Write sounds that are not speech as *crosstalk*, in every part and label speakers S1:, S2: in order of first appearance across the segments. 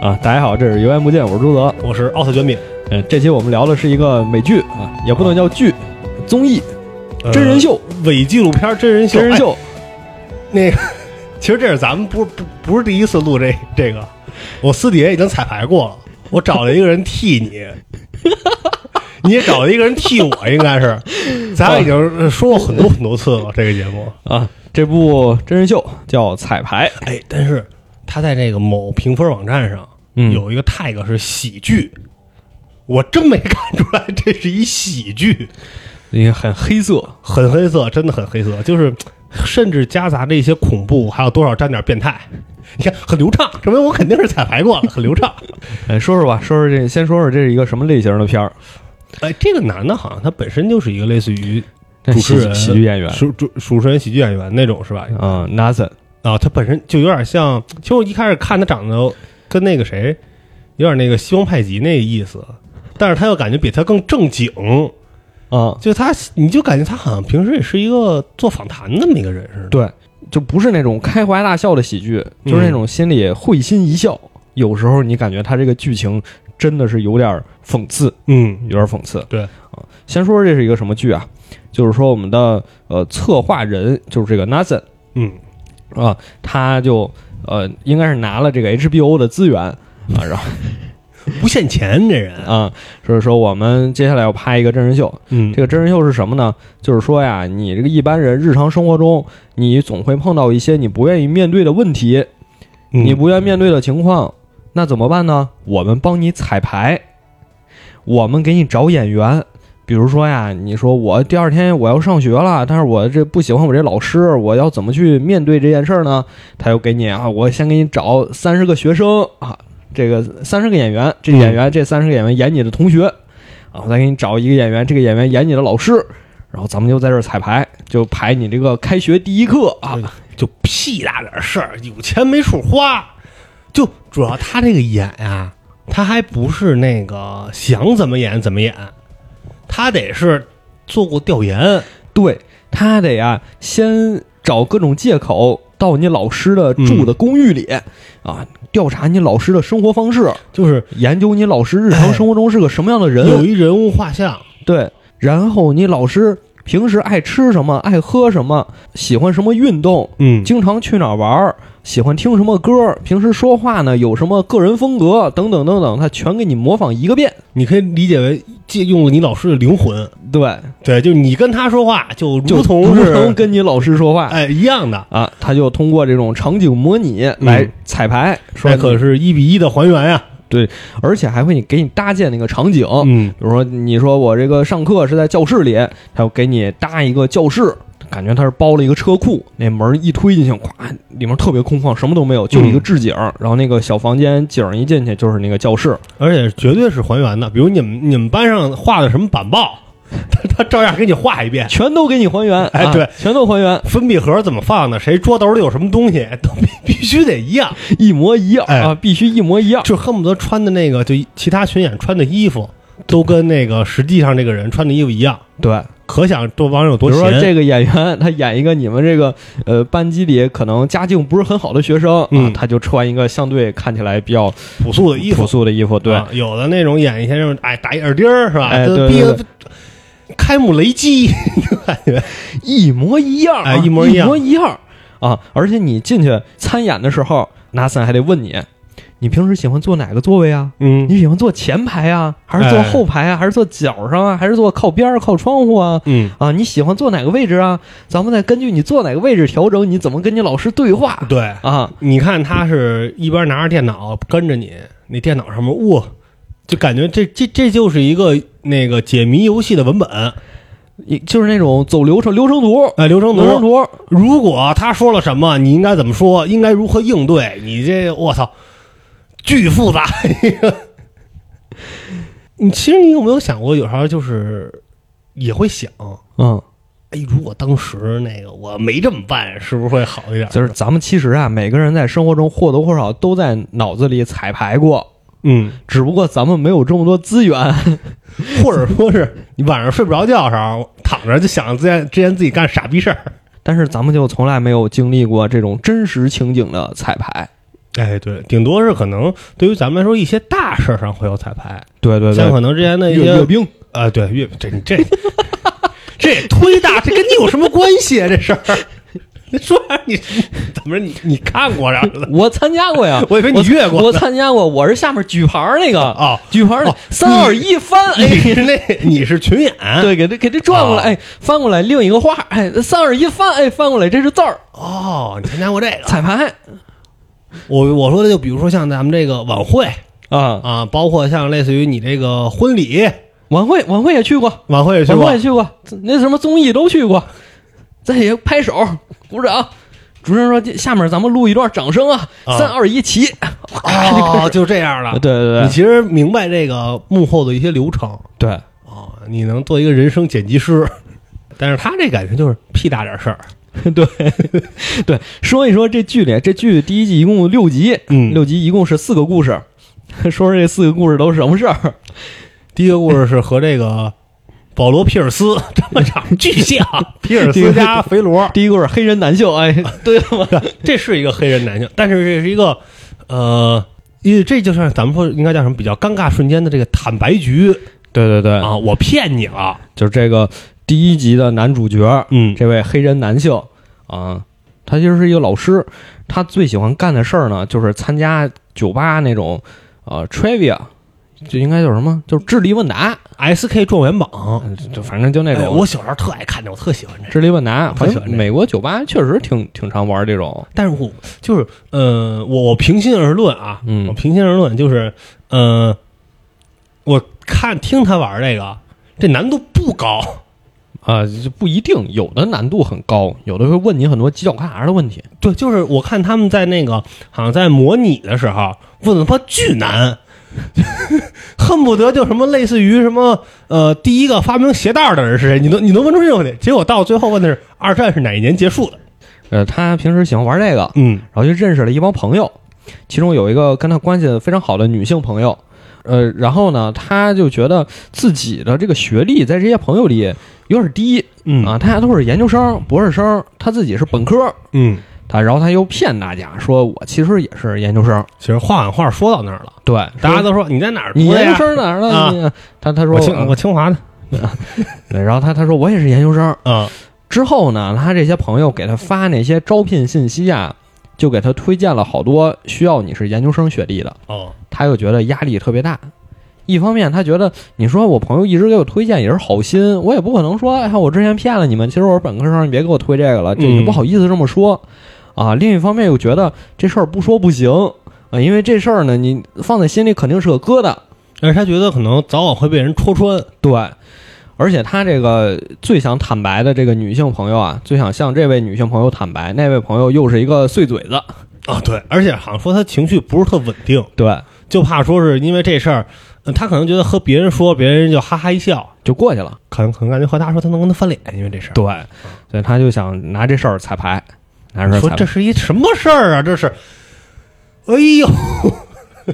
S1: 啊，大家好，这是油盐不进，我是朱泽。
S2: 我是奥特卷饼，
S1: 嗯，这期我们聊的是一个美剧啊，也不能叫剧，综艺
S2: 呃
S1: 真人、秀，
S2: 伪纪录片真人秀，
S1: 真人秀。
S2: 哎那个，其实这是咱们不不不是第一次录这这个，我私底下已经彩排过了，我找了一个人
S1: *laughs*
S2: 替你，你也找了一个人替我，应
S1: *laughs*
S2: 该是，咱俩已经说过很多很多次了这个节目，
S1: 啊，这部真人秀叫《彩排》，
S2: 哎，但是他在这个某评分网站上，
S1: 嗯
S2: 有一个 tag 是喜剧，我真没看出来这是一喜剧。
S1: 也很黑色，
S2: 很黑色，真的很黑色，就是甚至夹杂着一些恐怖，还有多少沾点变态。你看，很流畅，证明我肯定是彩排过了，很流畅。 *laughs*
S1: 哎，说说吧，说说这，先说说这是一个什么类型的片儿？
S2: 哎，这个男的好像他本身就是一个类似于
S1: 这
S2: 主持
S1: 喜
S2: 人
S1: 喜剧演员
S2: 主主主持人、喜剧演员那种是吧？
S1: 啊，Nathan，
S2: 啊，他本身就有点像，其实我一开始看他长得跟那个谁，有点那个西方派吉那意思，但是他又感觉比他更正经，
S1: 啊，
S2: 就他你就感觉他好像平时也是一个做访谈的那么一个人似的。
S1: 对，就不是那种开怀大笑的喜剧，就是那种心里会心一笑。有时候你感觉他这个剧情真的是有点讽刺，
S2: 嗯，
S1: 有点讽刺。
S2: 对
S1: 啊，先说说这是一个什么剧啊？就是说我们的呃策划人就是这个 Nathan
S2: 嗯，
S1: 啊，他就呃应该是拿了这个 HBO 的资源啊，然后
S2: 不限钱这人，
S1: 啊，所以说我们接下来要拍一个真人秀。
S2: 嗯
S1: 这个真人秀是什么呢？就是说呀，你这个一般人日常生活中，你总会碰到一些你不愿意面对的问题，
S2: 嗯
S1: 你不愿面对的情况，那怎么办呢？我们帮你彩排，我们给你找演员。比如说呀，你说我第二天我要上学了，但是我这不喜欢我这老师，我要怎么去面对这件事儿呢？他又给你啊，我先给你找三十个学生啊，这个三十个演员，这演员、这三十个演员演你的同学啊，我再给你找一个演员，这个演员演你的老师，然后咱们就在这儿彩排，就排你这个开学第一课啊，
S2: 就屁大点事儿，有钱没处花。就主要他这个演呀、他还不是那个想怎么演怎么演，他得是做过调研，
S1: 对他得呀，先找各种借口到你老师的住的公寓
S2: 嗯
S1: 里、啊，调查你老师的生活方式，
S2: 就是
S1: 研究你老师日常生活中是个什么样的人。
S2: 有一人物画像。
S1: 对，然后你老师平时爱吃什么，爱喝什么，喜欢什么运动，
S2: 嗯
S1: 经常去哪儿玩儿，喜欢听什么歌儿，平时说话呢有什么个人风格等等等等，他全给你模仿一个遍。
S2: 你可以理解为借用了你老师的灵魂，
S1: 对，
S2: 对，就你跟他说话就
S1: 就
S2: 如同
S1: 如
S2: 是
S1: 同跟你老师说话。
S2: 哎一样的，
S1: 啊，他就通过这种场景模拟
S2: 嗯
S1: 来彩排，说
S2: 那可是一比一的还原呀、
S1: 而且还会给你搭建那个场景，
S2: 嗯
S1: 比如说你说我这个上课是在教室里，他要给你搭一个教室，感觉他是包了一个车库，那门一推进去，咵，里面特别空旷，什么都没有，就一
S2: 嗯
S1: 个置景，然后那个小房间景儿一进去就是那个教室，
S2: 而且绝对是还原的。比如你们你们班上画的什么板报， *laughs* 他他照样给你画一遍。
S1: 全都给你还原，
S2: 哎
S1: 啊
S2: 对
S1: 全都还原，
S2: 分币盒怎么放的，谁桌兜里有什么东西， *laughs* 都必必须得一样，
S1: 一模一样、
S2: 哎
S1: 啊，必须一模一样。
S2: 就恨不得穿的那个，就其他群演穿的衣服，都跟那个实际上这个人穿的衣服一样，
S1: 对，
S2: 可想这网友有
S1: 比
S2: 多
S1: 如说
S2: 闲。
S1: 这个演员，他演一个你们这个呃班级里可能家境不是很好的学生、啊
S2: 嗯，
S1: 他就穿一个相对看起来比较
S2: 朴素的衣服
S1: 朴，素的衣服，对，
S2: 啊有的那种演一些什么，哎，打一耳钉儿是吧？
S1: 哎
S2: 就
S1: 对
S2: 逼
S1: 对
S2: 得开幕雷击，就感觉
S1: 一模一样、啊，
S2: 哎一模一样
S1: 一模一样啊！而且你进去参演的时候，拿森还得问你，你平时喜欢坐哪个座位啊？
S2: 嗯
S1: 你喜欢坐前排啊，还是坐
S2: 哎
S1: 后排啊，还是坐角上啊，还是坐靠边儿、靠窗户啊？
S2: *laughs* 嗯，
S1: 啊，你喜欢坐哪个位置啊？咱们再根据你坐哪个位置调整你怎么跟你老师对话
S2: 对。
S1: 啊。
S2: 你看他是一边拿着电脑跟着你，那电脑上面哇，就感觉这这这就是一个那个解谜游戏的文本，
S1: 你就是那种走流程流程图，
S2: 哎，流程
S1: 流程
S2: 图。
S1: 图，
S2: 如果他说了什么，你应该怎么说？应该如何应对？你这我操，巨复杂。 *laughs* 你其实你有没有想过，有时候就是也会想，
S1: 嗯，
S2: 哎，如果当时那个我没这么办，是不是会好一点？
S1: 就是咱们其实啊，每个人在生活中或多或少都在脑子里彩排过，
S2: 嗯，
S1: 只不过咱们没有这么多资源。
S2: 或者说是你晚上睡不着觉的时候，躺着就想之前之前自己干傻逼事儿。
S1: 但是咱们就从来没有经历过这种真实情景的彩排，
S2: 哎，对，顶多是可能对于咱们来说一些大事儿上会有彩排，
S1: 对对
S2: 像
S1: 对，
S2: 可能之前的一
S1: 阅阅
S2: 些
S1: 兵，
S2: 啊，对阅这你这 *laughs* 这也忒大，这跟你有什么关系啊？这事儿，你说啥你怎么着你你看过啥的？，
S1: 我参加过呀
S2: 我以为你越
S1: *laughs*
S2: 过
S1: 我参加过，我是下面举牌儿那个，
S2: 哦，
S1: 举牌儿
S2: 哦
S1: 那三二一翻，
S2: 你
S1: 哎，
S2: 是那你是群演
S1: 对，给这给这转过来，
S2: 哦
S1: 哎，翻过来另一个画，哎，三二一翻，哎，翻过来这是字儿，
S2: 哦，你参加过这个？
S1: 彩排
S2: 我我说的就比如说像咱们这个晚会
S1: 啊，
S2: 啊，包括像类似于你这个婚礼
S1: 晚会晚会也去过，
S2: 晚会也去
S1: 晚
S2: 过
S1: 会也去过，那什么综艺都去 *laughs* 过，在底下拍手鼓掌。主持人说：“这下面咱们录一段掌声啊，
S2: 啊
S1: 三二一起。
S2: 哦，就这样了
S1: 对。对对
S2: 你其实明白这个幕后的一些流程
S1: 对，
S2: 啊，你能做一个人生剪辑师， *laughs* 但是他这感觉就是屁大点事儿。
S1: *laughs* 对对，说一说这剧里，这剧第一季一共有六集，
S2: 嗯
S1: 六集一共是四个故事。 *laughs* 说说这四个故事都是什么事儿？
S2: 第一个故事是和这个 *laughs* 保罗·皮尔斯 *laughs* 他们长巨像， *laughs* 皮尔斯加肥罗，
S1: *laughs* 第一个故事黑人男性，哎，对了吗？
S2: 这是一个黑人男性，但是这是一个呃，因为这就像咱们说应该叫什么比较尴尬瞬间的这个坦白局
S1: *laughs* 对对对，
S2: 啊，我骗你了，
S1: 就是这个第一集的男主角，
S2: 嗯
S1: 这位黑人男性啊，他其实是一个老师，他最喜欢干的事儿呢，就是参加酒吧那种呃 trivia，就应该叫什么，就是智力问答，
S2: ，S K 状元榜
S1: 嗯就反正就那
S2: 哎
S1: 种。
S2: 我小时候特爱看的，我特喜欢这个。
S1: 智力问答，
S2: 我
S1: 反
S2: 喜欢这
S1: 正
S2: 个
S1: 美国酒吧确实挺挺常玩这种。
S2: 但是我就是，呃，我我平心而论啊，
S1: 嗯
S2: 我平心而论就是，呃，我看听他玩这个，这难度不高，
S1: 啊，就不一定，有的难度很高，有的会问你很多犄角旮旯的问题。
S2: 对，就是我看他们在那个好像在模拟的时候问的他妈巨难， *laughs* 恨不得就什么类似于什么呃，第一个发明鞋带儿的人是谁，你能你能问出这个问题？结果到最后问的是二战是哪一年结束的？
S1: 呃，他平时喜欢玩这个，
S2: 嗯
S1: 然后就认识了一帮朋友，其中有一个跟他关系非常好的女性朋友，呃，然后呢，他就觉得自己的这个学历在这些朋友里有点低
S2: 嗯
S1: 啊，大家都是研究生、博士生，他自己是本科，
S2: 嗯，
S1: 他然后他又骗大家说我其实也是研究生，
S2: 其实话赶话说到那儿了，
S1: 对，
S2: 大家
S1: 说
S2: 都说你在哪儿读
S1: 你
S2: 的
S1: 研究
S2: 呀？
S1: 生哪儿的？啊
S2: 啊
S1: 你他他说呃
S2: 我清我清华的
S1: 对，然后他他说我也是研究生，
S2: 啊，
S1: 之后呢，他这些朋友给他发那些招聘信息啊，就给他推荐了好多需要你是研究生学历的，
S2: 哦，
S1: 他又觉得压力特别大。一方面，他觉得你说我朋友一直给我推荐也是好心，我也不可能说，哎呀，我之前骗了你们，其实我是本科生，你别给我推这个了，这也
S2: 嗯
S1: 不好意思这么说啊。另一方面又觉得这事儿不说不行啊，因为这事儿呢，你放在心里肯定是个疙瘩，
S2: 但是他觉得可能早晚会被人戳穿，
S1: 对，而且他这个最想坦白的这个女性朋友啊，最想向这位女性朋友坦白，那位朋友又是一个碎嘴子，
S2: 啊，对，而且好像说他情绪不是特稳定，
S1: 对，
S2: 就怕说是因为这事儿，呃他可能觉得和别人说，别人就哈哈一笑，
S1: 就过去了。
S2: 可能可能感觉和他说，他能跟他翻脸，因为这事儿。
S1: 对，所以他就想拿这事儿彩排，拿这事
S2: 说
S1: 儿彩
S2: 这
S1: 排。
S2: 是一什么事儿啊？这是，哎呦，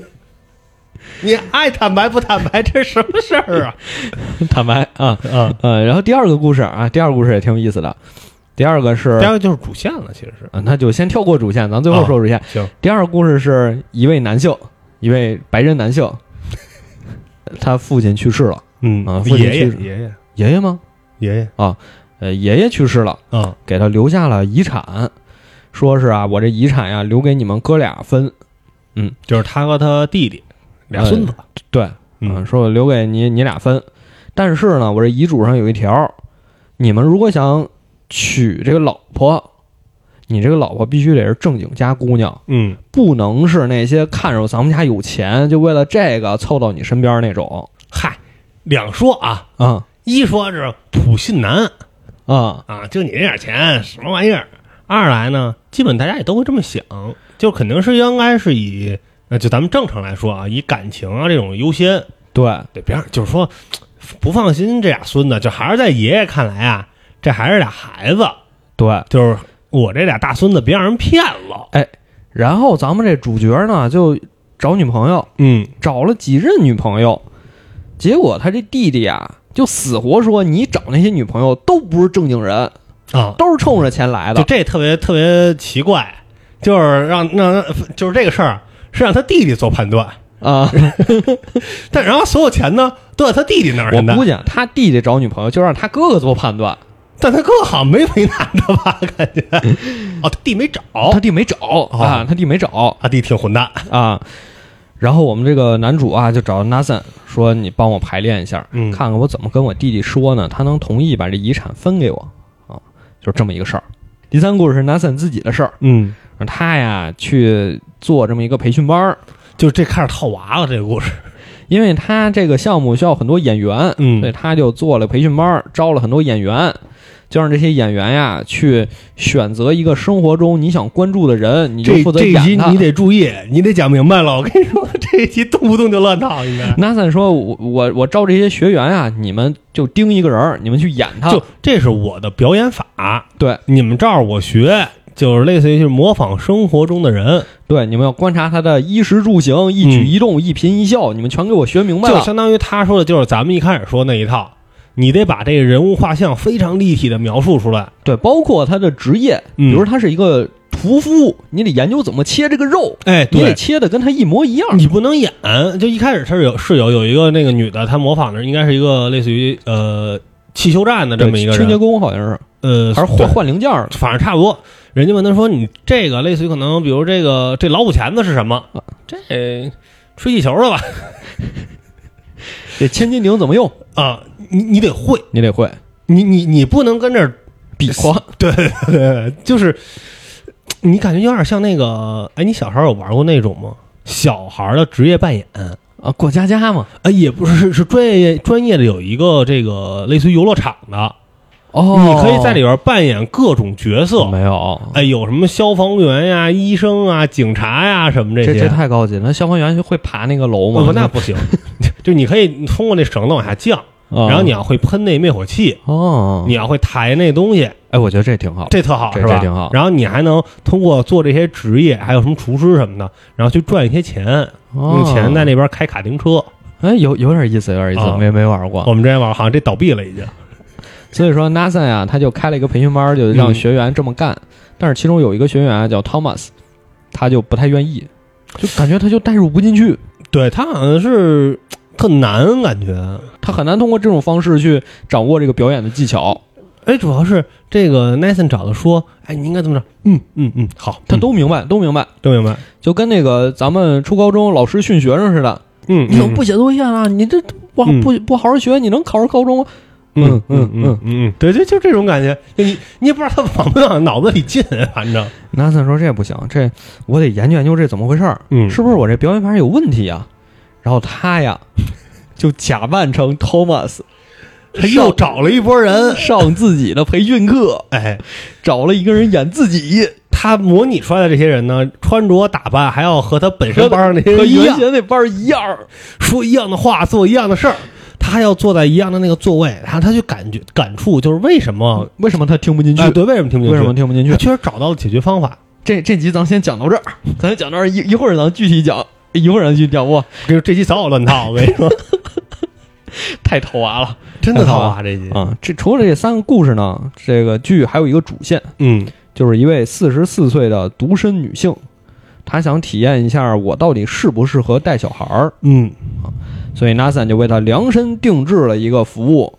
S2: *laughs* 你爱坦白不坦白，这什么事儿啊？
S1: *laughs* 坦白啊，
S2: *laughs* 啊，
S1: 呃，然后第二个故事啊，第二个故事也挺有意思的。第二个是
S2: 第，二个就是主线了，其实是
S1: 嗯，那就先跳过主线，咱最后说主线。
S2: 行，
S1: 第二个故事是一位男性，一位白人男性，他父亲去世了，
S2: 嗯
S1: 啊父亲
S2: 爷爷
S1: 去世
S2: 爷爷
S1: 爷爷吗？
S2: 爷爷
S1: 呃，爷爷去世了。
S2: 啊，
S1: 给他留下了遗产，说是啊，我这遗产呀留给你们哥俩分。
S2: 就是他和他弟弟哎俩孙子，
S1: 对，嗯，，说我留给你你俩分，但是呢，我这遗嘱上有一条，你们如果想娶这个老婆，你这个老婆必须得是正经家姑娘，
S2: 嗯，
S1: 不能是那些看着咱们家有钱就为了这个凑到你身边那种。
S2: 嗨，两说啊，
S1: 啊
S2: 一说是普信男，
S1: 啊，
S2: 啊，就你这点钱，什么玩意儿？二来呢，基本大家也都会这么想，就肯定是应该是以，呃，就咱们正常来说啊，以感情啊这种优先，
S1: 对
S2: 对，别让就是说不放心这俩孙子，就还是在爷爷看来啊，这还是俩孩子，
S1: 对。
S2: 就是我这俩大孙子别让人骗了。
S1: 然后咱们这主角呢就找女朋友，
S2: 嗯，
S1: 找了几任女朋友，结果他这弟弟啊，就死活说你找那些女朋友都不是正经人，
S2: 啊，
S1: 都是冲着钱来
S2: 就
S1: 的。
S2: 这特别特别奇怪。就是让让就是这个事儿是让他弟弟做判断，
S1: 啊，
S2: 但然后所有钱呢都在他弟弟那儿。现在
S1: 我估计啊他弟弟找女朋友就让他哥哥做判断，
S2: 但他哥好像没为难他吧？感
S1: *laughs*
S2: 觉哦，他弟没找，
S1: 他弟没找啊，他弟没找
S2: 他弟挺混蛋。
S1: 啊。然后我们这个男主啊，就找 Nathan 说：“你帮我排练一下，
S2: 嗯
S1: 看看我怎么跟我弟弟说呢，他能同意把这遗产分给我啊？”就是这么一个事儿。第三故事是 Nathan 自己的事儿，
S2: 嗯，
S1: 他呀去做这么一个培训班儿，
S2: 就是这开始套娃了，这个故事。
S1: 因为他这个项目需要很多演员，
S2: 嗯
S1: 所以他就做了培训班儿，招了很多演员，就让这些演员呀去选择一个生活中你想关注的人，你就
S2: 这
S1: 负责
S2: 这一集
S1: 演他
S2: 你。得注意，你得讲明白了。我跟你说，这一集动不动就乱
S1: *laughs*
S2: 套，应该。
S1: Nathan 说：“我我我招这些学员啊，你们就盯一个人儿，你们去演他。
S2: 就这是我的表演法，
S1: 对
S2: 你们照着我学，就是类似于就是模仿生活中的人，
S1: 对，你们要观察他的衣食住行、一举一动、一颦一笑，你们全给我学明白
S2: 嗯就
S1: 了。
S2: 相当于他说的就是咱们一开始说那一套，你得把这个人物画像非常立体的描述出来。
S1: 对，包括他的职业，比
S2: 嗯
S1: 如他是一个屠夫，你得研究怎么切这个肉，
S2: 哎，
S1: 你得
S2: 对，
S1: 切的跟他一模一样。
S2: 你不能演，就一开始是有是有有一个那个女的，她模仿的应该是一个类似于呃汽修站的这么一个
S1: 清洁
S2: 人，
S1: 工好像是，
S2: 呃，
S1: 还是
S2: 对
S1: 换换零件儿
S2: 反正差不多。人家问他说：“你这个类似于可能，比如这个这老虎钳子是什么？
S1: 啊
S2: 这吹气球的吧？
S1: 这千斤顶怎么用？
S2: 啊，你你得会，
S1: 你得会
S2: 你你你不能跟这儿
S1: *laughs* 比划。
S2: 对对对对，就是你感觉有点像那个，哎，你小时候有玩过那种吗？小孩儿的职业扮演，
S1: 啊，过家家嘛。
S2: 啊，也不是是是专业专业的有一个这个类似于游乐场的，
S1: 哦，
S2: 你可以在里边扮演各种角色，
S1: 没有？
S2: 哎，有什么消防员呀、医生啊、警察呀什么
S1: 这
S2: 些。
S1: 这太高级了。那消防员会爬那个楼
S2: 不
S1: 吗？
S2: 那
S1: *laughs*
S2: 不行，就你可以通过那绳子往下降，
S1: 啊
S2: 然后你要会喷那灭火器，
S1: 哦，
S2: 你要会抬那东西，
S1: 哎，我觉得这挺好。
S2: 这特好，
S1: 这
S2: 是吧？
S1: 这挺好
S2: 然后你还能通过做这些职业，还有什么厨师什么的，然后去赚一些钱，
S1: 哦
S2: 用钱在那边开卡丁车。
S1: 哎，有有点意思，有点意思，
S2: 啊
S1: 没没玩过。
S2: 我们之前玩好像这倒闭了已经。
S1: 所以说，NASA 呀，他就开了一个培训班，就让学员这么干。但是其中有一个学员啊叫 Thomas，他就不太愿意，就感觉他就代入不进去，
S2: 对他好像是特难感觉，
S1: 他很难通过这种方式去掌握这个表演的技巧。
S2: 哎，主要是这个 Nathan 找他说，哎，你应该怎么着？嗯嗯嗯，好，
S1: 他
S2: 嗯
S1: 都明白，都明白，
S2: 都明白。
S1: 就跟那个咱们初高中老师训学生似的，
S2: 嗯，
S1: 你怎么不写作业啊？你这不好
S2: 嗯
S1: 不不好好学，你能考上高中吗？
S2: 嗯嗯嗯嗯嗯，对，就就这种感觉，就你你也不知道他往不往脑子里进，反正
S1: 南森说这不行，这我得研究研究这怎么回事儿，
S2: 嗯
S1: 是不是我这表演法有问题啊？然后他呀，就假扮成 *laughs* Thomas
S2: 他又找了一波人，
S1: 上自己的培训课，
S2: 哎，
S1: 找了一个人演自己，
S2: 他模拟出来的这些人呢，穿着打扮还要和他本身班上那些
S1: 和
S2: 人一
S1: 原
S2: 样，
S1: 先那班儿一样儿。
S2: 说一样的话，做一样的事儿。他还要坐在一样的那个座位，然后他就感觉感触就是为什么？
S1: 为什么他听不进去？
S2: 哎，对，为什么听不进去？
S1: 为什么听不进去？
S2: 他确实找到了解决方法。
S1: 这这集咱先讲到这儿，咱先讲到这儿，一一会儿咱具体讲，一会儿咱具体讲。哇，
S2: 这这期早有乱 *laughs* 套，我跟你说，
S1: 太套娃了
S2: 真的套 *laughs* 啊这集。
S1: 啊、这除了这三个故事呢，这个剧还有一个主线，
S2: 嗯
S1: 就是一位四十四岁的独身女性，她想体验一下我到底适不适合带小孩儿，
S2: 嗯，
S1: 所以 NASA 就为她量身定制了一个服务，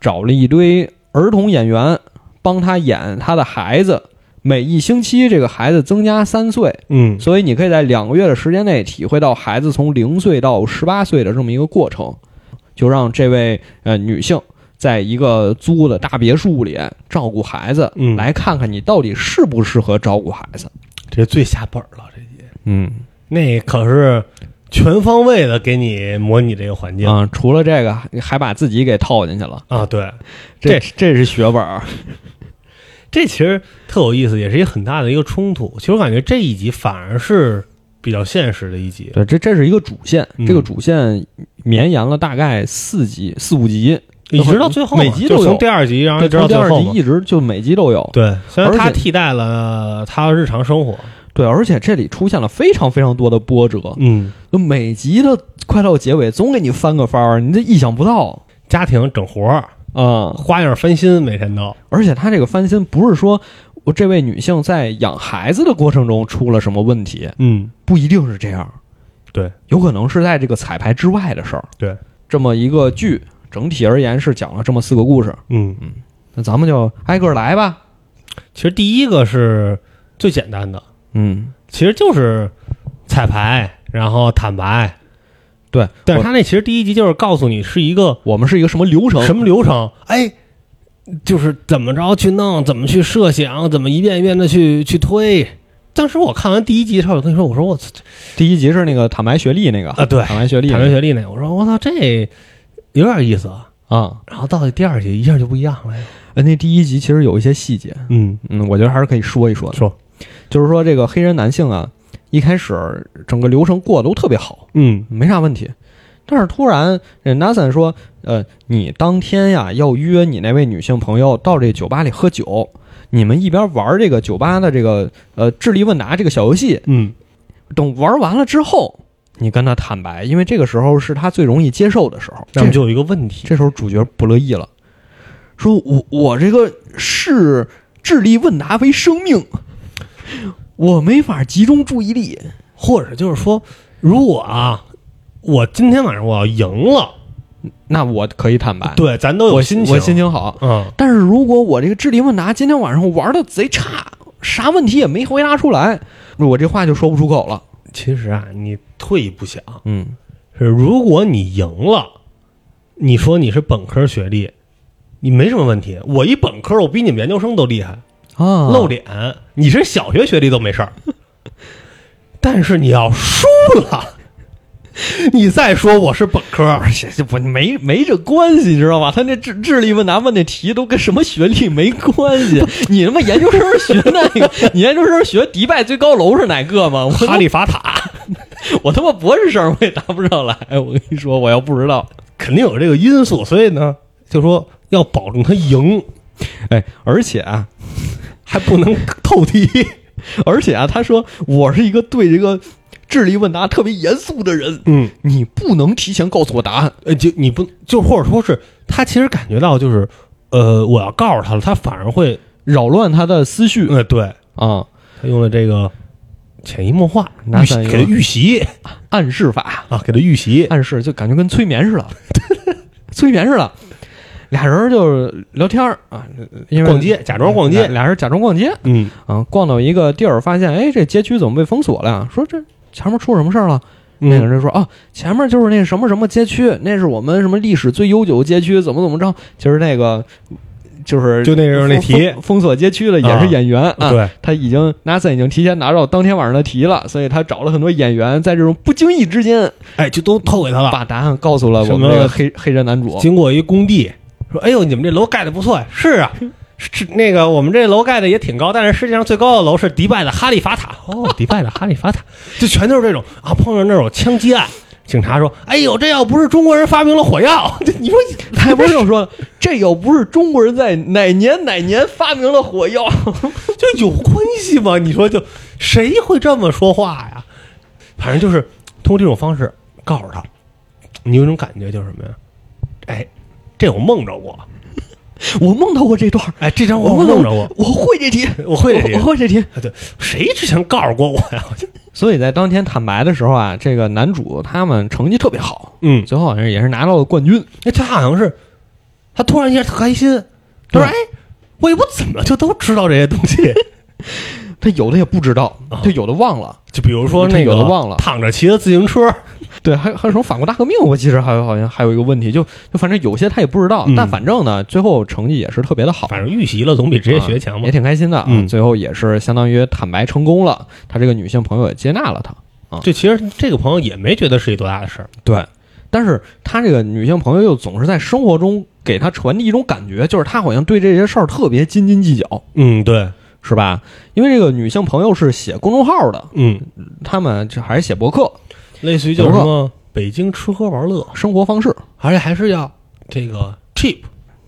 S1: 找了一堆儿童演员帮她演她的孩子，每一星期这个孩子增加三岁，
S2: 嗯
S1: 所以你可以在两个月的时间内体会到孩子从零岁到十八岁的这么一个过程，就让这位呃女性。在一个租的大别墅里照顾孩子，
S2: 嗯
S1: 来看看你到底适不适合照顾孩子。
S2: 这最下本了，这集
S1: 嗯
S2: 那可是全方位的给你模拟这个环境
S1: 啊、除了这个，还还把自己给套进去了。
S2: 啊。对，
S1: 这这是血本儿。
S2: 这其实特有意思，也是一个很大的一个冲突。其实我感觉这一集反而是比较现实的一集。
S1: 对，这这是一个主线，
S2: 嗯
S1: 这个主线绵延了大概四集、四五集，
S2: 一直到最后嘛，
S1: 每集都
S2: 就
S1: 有
S2: 从第二集，然后
S1: 对，
S2: 一直
S1: 从
S2: 到
S1: 第
S2: 最
S1: 二
S2: 后
S1: 集
S2: 嘛。
S1: 一直就每集都有。
S2: 对，虽然
S1: 而
S2: 它
S1: 且
S2: 替代了他日常生活，
S1: 对，而且这里出现了非常非常多的波折，
S2: 嗯，
S1: 就每集的快到结尾总给你翻个番儿，你这意想不到
S2: 家庭整活儿，
S1: 啊、嗯！
S2: 花样翻新，每天都，
S1: 而且他这个翻新不是说我这位女性在养孩子的过程中出了什么问题，
S2: 嗯，
S1: 不一定是这样，
S2: 对，
S1: 有可能是在这个彩排之外的事儿。
S2: 对，
S1: 这么一个剧整体而言是讲了这么四个故事，
S2: 嗯，
S1: 那咱们就挨个儿来吧。
S2: 其实第一个是最简单的，
S1: 嗯，
S2: 其实就是彩排，然后坦白。
S1: 对，
S2: 但是他那其实第一集就是告诉你是一个
S1: 我们是一个什么流程？
S2: 什么流程，哎，就是怎么着去弄，怎么去设想，怎么一遍一遍的去去推。当时我看完第一集的时候，我跟你说，我说我操
S1: 第一集是那个坦白学历那个
S2: 啊对
S1: 坦白学历
S2: 坦白学历那个，我说我操这有点意思。啊。
S1: 啊，
S2: 然后到了第二集，一下就不一样了。
S1: 呃那第一集其实有一些细节，
S2: 嗯，
S1: 嗯，我觉得还是可以说一说的。
S2: 说，
S1: 就是说这个黑人男性啊，一开始整个流程过得都特别好，
S2: 嗯
S1: 没啥问题。但是突然，这 Nathan 说：“呃，你当天呀要约你那位女性朋友到这酒吧里喝酒，你们一边玩这个酒吧的这个呃智力问答这个小游戏，
S2: 嗯，
S1: 等玩完了之后，你跟他坦白，因为这个时候是他最容易接受的时候。
S2: 那么就有一个问题，啊
S1: 这时候主角不乐意了，说我我这个视智力问答为生命，我没法集中注意力。
S2: 或者就是说，如果啊，我今天晚上我要赢了，
S1: 那我可以坦白，
S2: 对，咱都有
S1: 我
S2: 哎心情，
S1: 我心，情好。
S2: 嗯，
S1: 但是如果我这个智力问答今天晚上玩的贼差，啥问题也没回答出来，我这话就说不出口了。
S2: 其实啊，你退一步想，
S1: 嗯，
S2: 是如果你赢了，你说你是本科学历，你没什么问题。我一本科，我比你们研究生都厉害，
S1: 啊，
S2: 露脸。你是小学学历都没事儿， *laughs* 但是你要输了，你再说我是本 *laughs* 科，
S1: 而且这不没没这关系，你知道吗？他那智智力问答问那题都跟什么学历没关系。你他妈研究生学那个，你研究生学迪拜最高楼是哪个吗？我他
S2: 哈
S1: 妈
S2: 利法塔
S1: 我他妈博士生我也答不上来。我跟你说，我要不知道，
S2: 肯定有这个因素，所以呢，就说要保证他赢，
S1: 哎，而且啊，
S2: 还不能透题。
S1: 而且啊，他说我是一个对这个智力问答特别严肃的人，
S2: 嗯，
S1: 你不能提前告诉我答案。
S2: 呃，就你不就或者说是他其实感觉到就是，呃，我要告诉他了，他反而会，
S1: 扰乱他的思绪
S2: 呃，对。
S1: 啊、
S2: 他用了这个潜移默化，
S1: 拿
S2: 预习
S1: 散一个
S2: 给他预习
S1: 暗示法，
S2: 啊，给他预习。
S1: 暗示，就感觉跟催眠似的， *laughs* 催眠似的。俩人就是聊天儿啊，因为
S2: 逛街，假装逛
S1: 俩
S2: 街。
S1: 俩人假装逛街
S2: 嗯
S1: 啊，逛到一个地儿，发现哎，这街区怎么被封锁了呀？说这前面出什么事儿了？那个
S2: 嗯，
S1: 人说啊，前面就是那什么什么街区，那是我们什么历史最悠久的街区，怎么怎么着？其实那个就是
S2: 就那时候那
S1: 封
S2: 题
S1: 封封锁街区的也
S2: 啊
S1: 是演员啊，
S2: 对，
S1: 他已经 NASA 已经提前拿到当天晚上的题了，所以他找了很多演员，在这种不经意之间
S2: 哎，就都透给他了。
S1: 把答案告诉了我
S2: 什
S1: 们
S2: 么
S1: 这个黑黑人男主。
S2: 经过一工地，说：“哎呦，你们这楼盖的不错。”是 *laughs* 啊，是那个我们这楼盖的也挺高，但是世界上最高的楼是迪拜的哈利法塔。哦，迪拜的哈利法塔， *laughs* 就全都是这种啊，碰上那种枪击案。警察说：“哎呦，这要不是中国人发明了火药， *laughs* 这你说
S1: *laughs* 他不是又说了，这又不是中国人在哪年哪年发明了火药？ *laughs*
S2: 这有关系吗？你说就谁会这么说话呀？反正就是通过这种方式告诉他，你有一种感觉就是什么呀？哎，这我梦着过，
S1: 我梦到过这段儿，
S2: 哎，这张
S1: 梦到
S2: 梦着 *laughs* 过，，
S1: 我会这题，
S2: 我会这
S1: 我
S2: 个。
S1: 会这题。
S2: 啊对，谁之前告诉过我呀？
S1: 所以在当天坦白的时候啊，这个男主他们成绩特别好，
S2: 嗯，
S1: 最后好像也是拿到了冠军。
S2: 哎，他好像是，他突然一下特开心，他
S1: 对
S2: 说：“哎，我也不怎么就都知道这些东
S1: *laughs*
S2: 西。
S1: 他有的也不知道，
S2: 啊
S1: 他有的忘了。”
S2: 就比如说
S1: 他
S2: 那个
S1: 有的忘了
S2: 躺着骑的自行车，
S1: 对，还有还有什么法国大革命？我记着还有好像还有一个问题，就就反正有些他也不知道，
S2: 嗯
S1: 但反正呢，最后成绩也是特别的好。
S2: 反正预习了总比直接学强
S1: 啊
S2: 嘛
S1: 也。挺开心的啊。
S2: 嗯
S1: 最后也是相当于坦白成功了，他这个女性朋友也接纳了他。
S2: 就其实这个朋友也没觉得是一多大的事儿。
S1: 对，但是他这个女性朋友又总是在生活中给他传递一种感觉，就是他好像对这些事儿特别斤斤计较，
S2: 嗯，对，
S1: 是吧？因为这个女性朋友是写公众号的，
S2: 嗯，
S1: 他们这还是写博客，
S2: 类似于就是什么北京吃喝玩乐，
S1: 生活方式，
S2: 而且还是要这个 cheap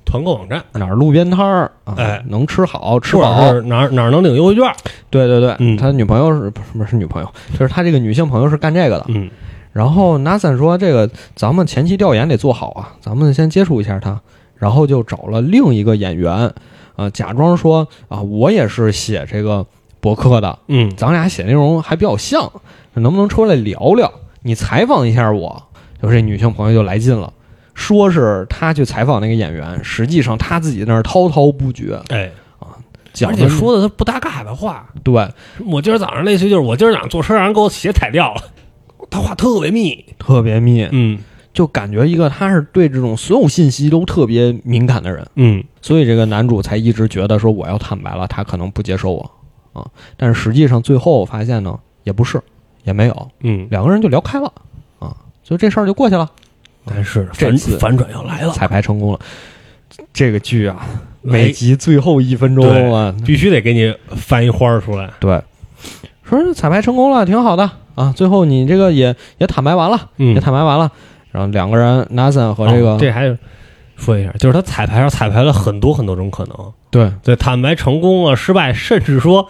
S2: 团购网站，
S1: 哪儿路边摊儿啊，
S2: 哎
S1: 能吃好吃
S2: 或
S1: 饱啊
S2: 者，是哪儿哪儿能领优惠券？
S1: 对对对，
S2: 嗯
S1: 他女朋友是不是不是女朋友，就是他这个女性朋友是干这个的。
S2: 嗯
S1: 然后 Nathan 说：“这个咱们前期调研得做好啊，咱们先接触一下他。”然后就找了另一个演员，啊、啊，假装说啊，我也是写这个博客的，
S2: 嗯
S1: 咱俩写内容还比较像，能不能出来聊聊？你采访一下我。就这女性朋友就来劲了，说是她去采访那个演员，实际上她自己那儿滔滔不绝，
S2: 哎，
S1: 讲
S2: 而
S1: 的
S2: 且说的他不搭嘎的话。
S1: 对，
S2: 我今儿早上类似于就是我今儿早上坐车让人给我鞋踩掉了，他话特别密。
S1: 特别密，
S2: 嗯
S1: 就感觉一个她是对这种所有信息都特别敏感的人，
S2: 嗯，
S1: 所以这个男主才一直觉得说我要坦白了，他可能不接受我啊。但是实际上最后我发现呢，也不是，也没有，
S2: 嗯，
S1: 两个人就聊开了啊，所以这事儿就过去了，
S2: 但是
S1: 这
S2: 反
S1: 次
S2: 反转要来了，
S1: 彩排成功了。这个剧啊，
S2: 来
S1: 每集最后一分钟啊，
S2: 必须得给你翻一花儿出来。
S1: 对，说彩排成功了，挺好的啊。最后你这个也也坦白完了，
S2: 嗯
S1: 也坦白完了。然后两个人，Nathan 和这个、
S2: 哦这还说一下，就是他彩排上彩排了很多很多种可能，
S1: 对啊
S2: 对，坦白成功啊，失败，甚至说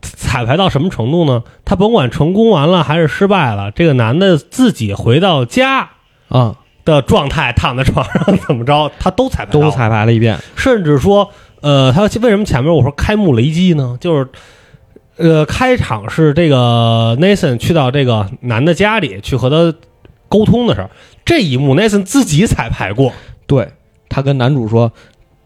S2: 彩排到什么程度呢？他甭管成功完了还是失败了，这个男的自己回到家
S1: 啊、
S2: 的状态，躺在床上怎么着，他都彩排到
S1: 都
S2: 了，
S1: 彩排了一遍，
S2: 甚至说，呃，他为什么前面我说开幕雷击呢？就是。呃，开场是这个 Nathan 去到这个男的家里去和他沟通的时候，这一幕 Nathan 自己彩排过，
S1: 对他跟男主说。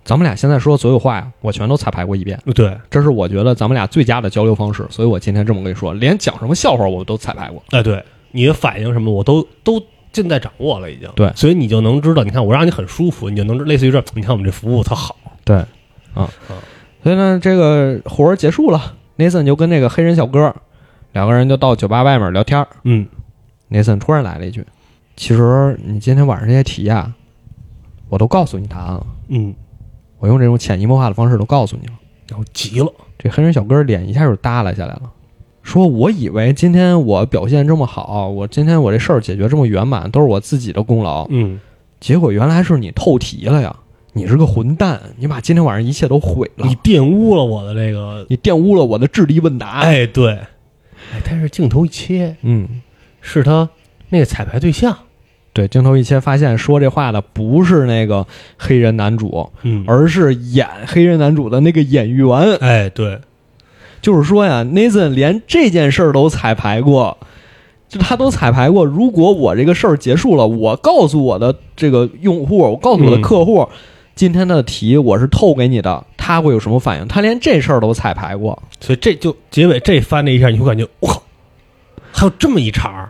S1: 咱们俩现在说的所有话呀，我全都彩排过一遍，
S2: 对，
S1: 这是我觉得咱们俩最佳的交流方式，所以我今天这么跟你说，连讲什么笑话我都彩排过。
S2: 哎，对，你的反应什么的我都都尽在掌握了，已经。
S1: 对
S2: 所以你就能知道，你看我让你很舒服，你就能知类似于这，你看我们这服务特好。
S1: 对，啊，所以呢，这个活儿结束了，Nathan 就跟那个黑人小哥儿两个人就到酒吧外面聊天儿，
S2: 嗯，
S1: Nathan 突然来了一句：“其实你今天晚上这些题呀、我都告诉你答案了，
S2: 嗯，
S1: 我用这种潜移默化的方式都告诉你了。
S2: 然后急了，”
S1: 这黑人小哥脸一下就耷拉下来了，说：“我以为今天我表现这么好，我今天我这事儿解决这么圆满，都是我自己的功劳，
S2: 嗯，
S1: 结果原来是你透题了呀！你是个混蛋，你把今天晚上一切都毁了
S2: 你，玷污了我的这个，
S1: 你玷污了我的智力问答。”，
S2: 哎，对，哎，但是镜头一切
S1: 嗯，
S2: 是他那个彩排对象，
S1: 对，镜头一切发现说这话的不是那个黑人男主，
S2: 嗯而
S1: 而是演黑人男主的那个演员。
S2: 哎，对，
S1: 就是说呀，Nathan 连这件事儿都彩排过，就他都彩排过。如果我这个事儿结束了，我告诉我的这个用户，我告诉我
S2: 嗯
S1: 的客户，今天的题我是透给你的，他会有什么反应？他连这事儿都彩排过。
S2: 所以这就结尾这翻了一下，你会感觉我靠，还有这么一茬儿。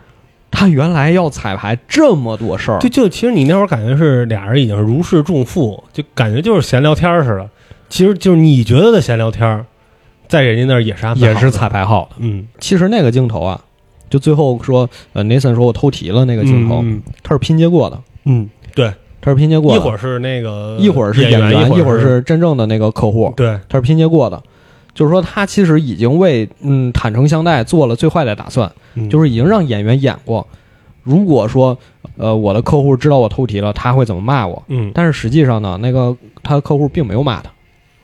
S1: 他原来要彩排这么多事儿，
S2: 对，就其实你那会儿感觉是俩人已经是如释重负，就感觉就是闲聊天儿似的。其实就是你觉得的闲聊天儿，在人家那儿也是安排好
S1: 也
S2: 的
S1: 是彩排好的。
S2: 嗯，
S1: 其实那个镜头啊，就最后说，呃，Nathan 说我偷题了那
S2: 这
S1: 个镜头，
S2: 嗯，
S1: 他是拼接过的，
S2: 嗯对，
S1: 他是拼接过的。
S2: 一会儿是那个
S1: 一会儿是
S2: 演员，
S1: 员，一
S2: 会
S1: 会儿
S2: 是
S1: 是真正的那个客户，
S2: 对，
S1: 他是拼接过的。就是说，他其实已经为嗯坦诚相待做了最坏的打算，
S2: 嗯
S1: 就是是已经让演员演过。如果说呃我的客户知道我偷题了，他会怎么骂我？
S2: 嗯，
S1: 但是实际上呢，那个他的客户并没有骂他，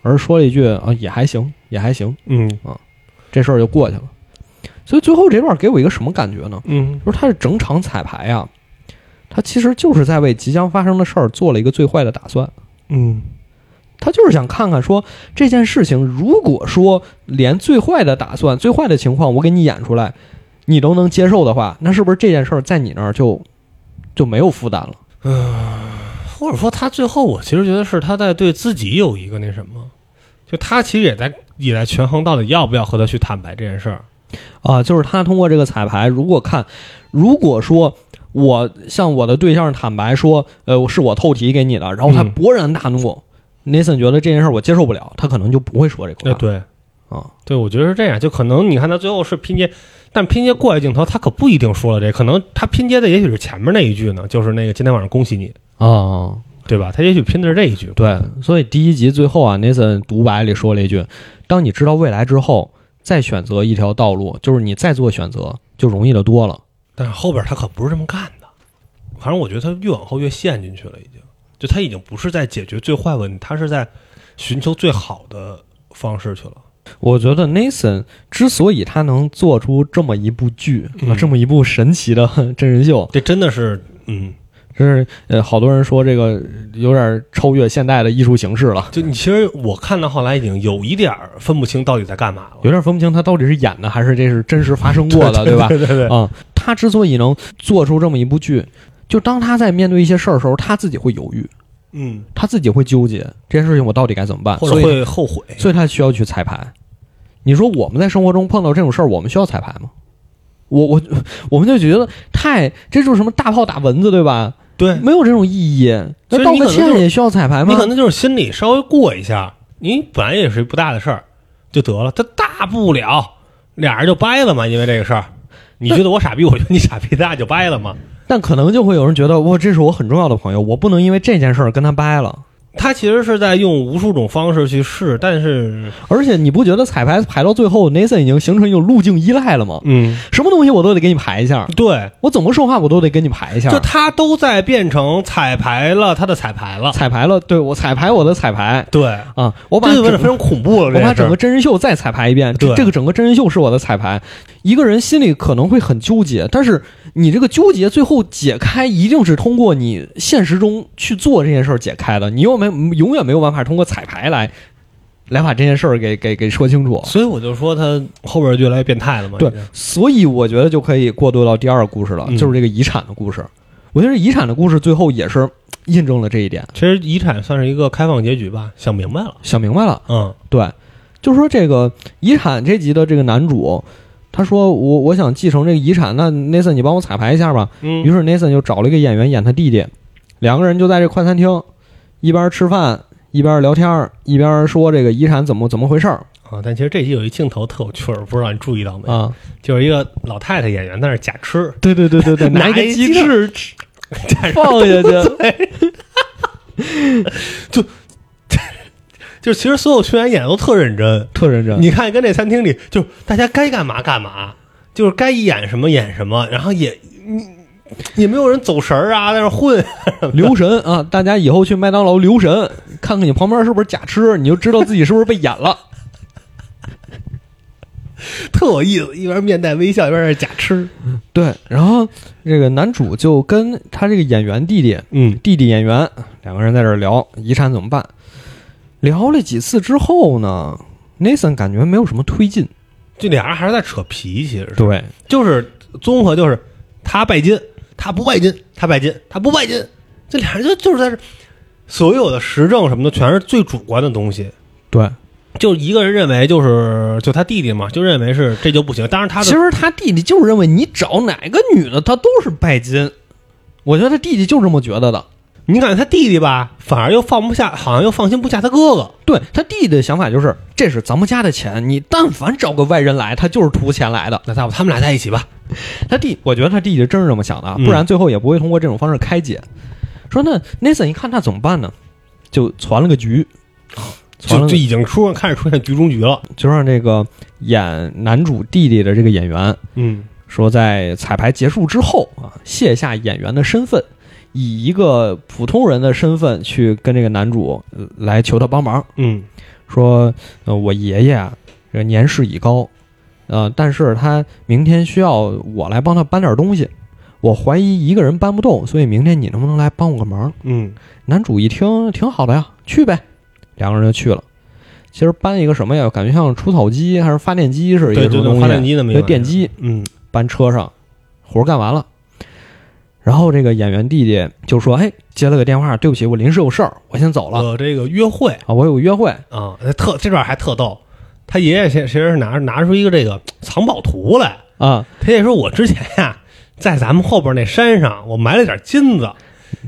S1: 而是说了一句啊也还行，也还行，
S2: 嗯
S1: 这事儿就过去了。所以最后这段给我一个什么感觉呢？
S2: 嗯
S1: 就是他是整场彩排啊，他其实就是在为即将发生的事儿做了一个最坏的打算。
S2: 嗯，
S1: 他就是想看看说这件事情，如果说连最坏的打算、最坏的情况我给你演出来，你都能接受的话，那是不是这件事儿在你那儿就就没有负担了？
S2: 或者说他最后，我其实觉得是他在对自己有一个那什么，就他其实也在也在权衡到底要不要和他去坦白这件事儿。
S1: 啊，就是他通过这个彩排，如果看，如果说。我向我的对象坦白说，呃，是我透题给你的，然后他
S2: 嗯
S1: 勃然大怒。Nathan 觉得这件事儿我接受不了，他可能就不会说这
S2: 哎，
S1: 个话。
S2: 对，
S1: 啊，
S2: 对，我觉得是这样，就可能你看他最后是拼接，但拼接过来镜头，他可不一定说了这，可能他拼接的也许是前面那一句呢，就是那个今天晚上恭喜你，
S1: 啊，
S2: 对吧？他也许拼的是这一句，
S1: 对，所以第一集最后啊，Nathan 独白里说了一句：“当你知道未来之后，再选择一条道路，就是你再做选择就容易的多了。
S2: 但是后边他可不是这么干的，反正我觉得他越往后越陷进去了，已经，就他已经不是在解决最坏问题，他是在寻求最好的方式去了。”
S1: 我觉得 Nathan 之所以他能做出这么一部剧，啊
S2: 嗯
S1: 这么一部神奇的 *laughs* 真人秀，
S2: 这真的是，嗯，
S1: 就是呃，好多人说这个有点超越现代的艺术形式了，
S2: 就你其实我看到后来已经有一点儿分不清到底在干嘛了，
S1: 有点分不清他到底是演的还是这是真实发生过的，对吧？
S2: 对对对，
S1: 啊、他之所以能做出这么一部剧，就当他在面对一些事儿的时候，他自己会犹豫，
S2: 嗯，
S1: 他自己会纠结这件事情我到底该怎么办，
S2: 或
S1: 所
S2: 者
S1: 以
S2: 会后悔。
S1: 所以他需要去彩排。你说我们在生活中碰到这种事儿，我们需要彩排吗？我我我们就觉得太这就是什么大炮打蚊子，对吧？
S2: 对，
S1: 没有这种意义。
S2: 其
S1: 那
S2: 实
S1: 道
S2: 你
S1: 个
S2: 可能就
S1: 歉
S2: 是
S1: 也需要彩排吗
S2: 你？可能就是心里稍微过一下，你本来也是不大的事儿，就得了。这大不了俩人就掰了嘛，因为这个事儿。你觉得我傻逼，我觉得你傻逼，咱俩就掰了嘛。
S1: 但可能就会有人觉得，哇，这是我很重要的朋友，我不能因为这件事儿跟他掰了。
S2: 他其实是在用无数种方式去试，但是，
S1: 而且你不觉得彩排排到最后，Nathan 已经形成一种路径依赖了吗？
S2: 嗯，
S1: 什么东西我都得给你排一下，
S2: 对，
S1: 我怎么说话我都得跟你排一下。
S2: 就他都在变成彩排了，他的彩排了。
S1: 彩排了，对我彩排我的彩排
S2: 对，
S1: 啊，我把
S2: 这就有
S1: 整
S2: 点非常恐怖了。
S1: 我把整
S2: 这件事
S1: 个
S2: 儿
S1: 真人秀再彩排一遍，这
S2: 对
S1: 这个整个真人秀是我的彩排。一个人心里可能会很纠结，但是你这个纠结最后解开，一定是通过你现实中去做这件事儿解开的。你又没永远没有办法通过彩排来来把这件事儿给给给说清楚。
S2: 所以我就说他后边越来越变态了嘛。
S1: 对
S2: 已经，
S1: 所以我觉得就可以过渡到第二个故事了，
S2: 嗯
S1: 就是这个遗产的故事。我觉得遗产的故事最后也是嘖印证了这一点，
S2: 其实遗产算是一个开放结局吧，想明白了。
S1: 想明白了。
S2: 嗯
S1: 对，就说这个遗产这集的这个男主，他说我我想继承这个遗产，那 Nathan 你帮我彩排一下吧。
S2: 嗯
S1: 于是 Nathan 就找了一个演员演他弟弟，两个人就在这快餐厅一边吃饭一边聊天儿，一边说这个遗产怎么怎么回事儿
S2: 啊，但其实这集有一镜头特有趣儿，不知道你注意到没？
S1: 啊。
S2: 就是一个老太太演员在那儿假吃，
S1: 对对对对 *laughs* 对
S2: 拿
S1: 拿一个
S2: 一
S1: 鸡
S2: 鸡翅
S1: 翅 *laughs* 放 *laughs* 下去，
S2: 就是其实所有群员演的都特认真。
S1: 特认 *laughs* 真。
S2: 你看，跟这餐厅里，就是大家该干嘛干嘛，就是该演什么演什么，然后也你也没有人走神儿啊，在那儿混。 *laughs*
S1: 留神啊！大家以后去麦当劳留神，看看你旁边是不是假吃，你就知道自己是不是被演了。
S2: 特有意思，一边面带微笑，一边在假吃。
S1: 对，然后这个男主就跟他这个演员弟弟，
S2: 嗯，
S1: 弟弟演员两个人在这儿聊遗产怎么办。聊了几次之后呢，Nathan 感觉没有什么推进。
S2: 就俩人还是在扯皮，其实是
S1: 对，
S2: 就是综合就是他拜金，他不拜金，他拜金，他不拜金，这俩人就就是在这所有的时政什么的全是最主观的东西。
S1: 对，
S2: 就一个人认为就是就他弟弟嘛，就认为是这就不行。当然他
S1: 其
S2: 的
S1: 实他弟弟就是认为你找哪个女的，她都是拜金。我觉得他弟弟就这么觉得的。
S2: 你感觉他弟弟吧，反而又放不下，好像又放心不下他哥哥。
S1: 对他弟弟的想法就是，这是咱们家的钱，你但凡找个外人来，他就是图钱来的。
S2: 那要不他们俩在一起吧？
S1: 他弟，我觉得他弟弟真是这么想的啊，
S2: 嗯
S1: 不然最后也不会通过这种方式开解。说那 Nathan 一看那怎么办呢？就传了个
S2: *laughs*
S1: 局，传
S2: 就
S1: 了
S2: 就
S1: 个
S2: 已经出开始出现局中局了。
S1: 就让这个演男主弟弟的这个演员
S2: 嗯，
S1: 说，在彩排结束之后啊，卸下演员的身份，以一个普通人的身份去跟这个男主呃来求他帮忙，
S2: 嗯，
S1: 说呃我爷爷啊，这个年事已高，呃，但是他明天需要我来帮他搬点东西，我怀疑一个人搬不动，所以明天你能不能来帮我个忙？
S2: 嗯，
S1: 男主一听挺好的呀，去呗，两个人就去了。其实搬一个什么呀，感觉像除草机还是发电机是一
S2: 对，
S1: 个什
S2: 就
S1: 么东西，
S2: 那发电机那么
S1: 一
S2: 一
S1: 个
S2: 玩意儿
S1: 电机
S2: 嗯，
S1: 搬车上，活儿干完了。然后这个演员弟弟就说：“哎，接了个电话，对不起，我临时有事儿，我先走了
S2: 我这个约会
S1: 啊，我有个约会。
S2: 啊，那特这段还特逗。他爷爷其其实是拿拿出一个这个藏宝图来，
S1: 啊，
S2: 他爷说：“我之前呀、在咱们后边那山上，我埋了点金子，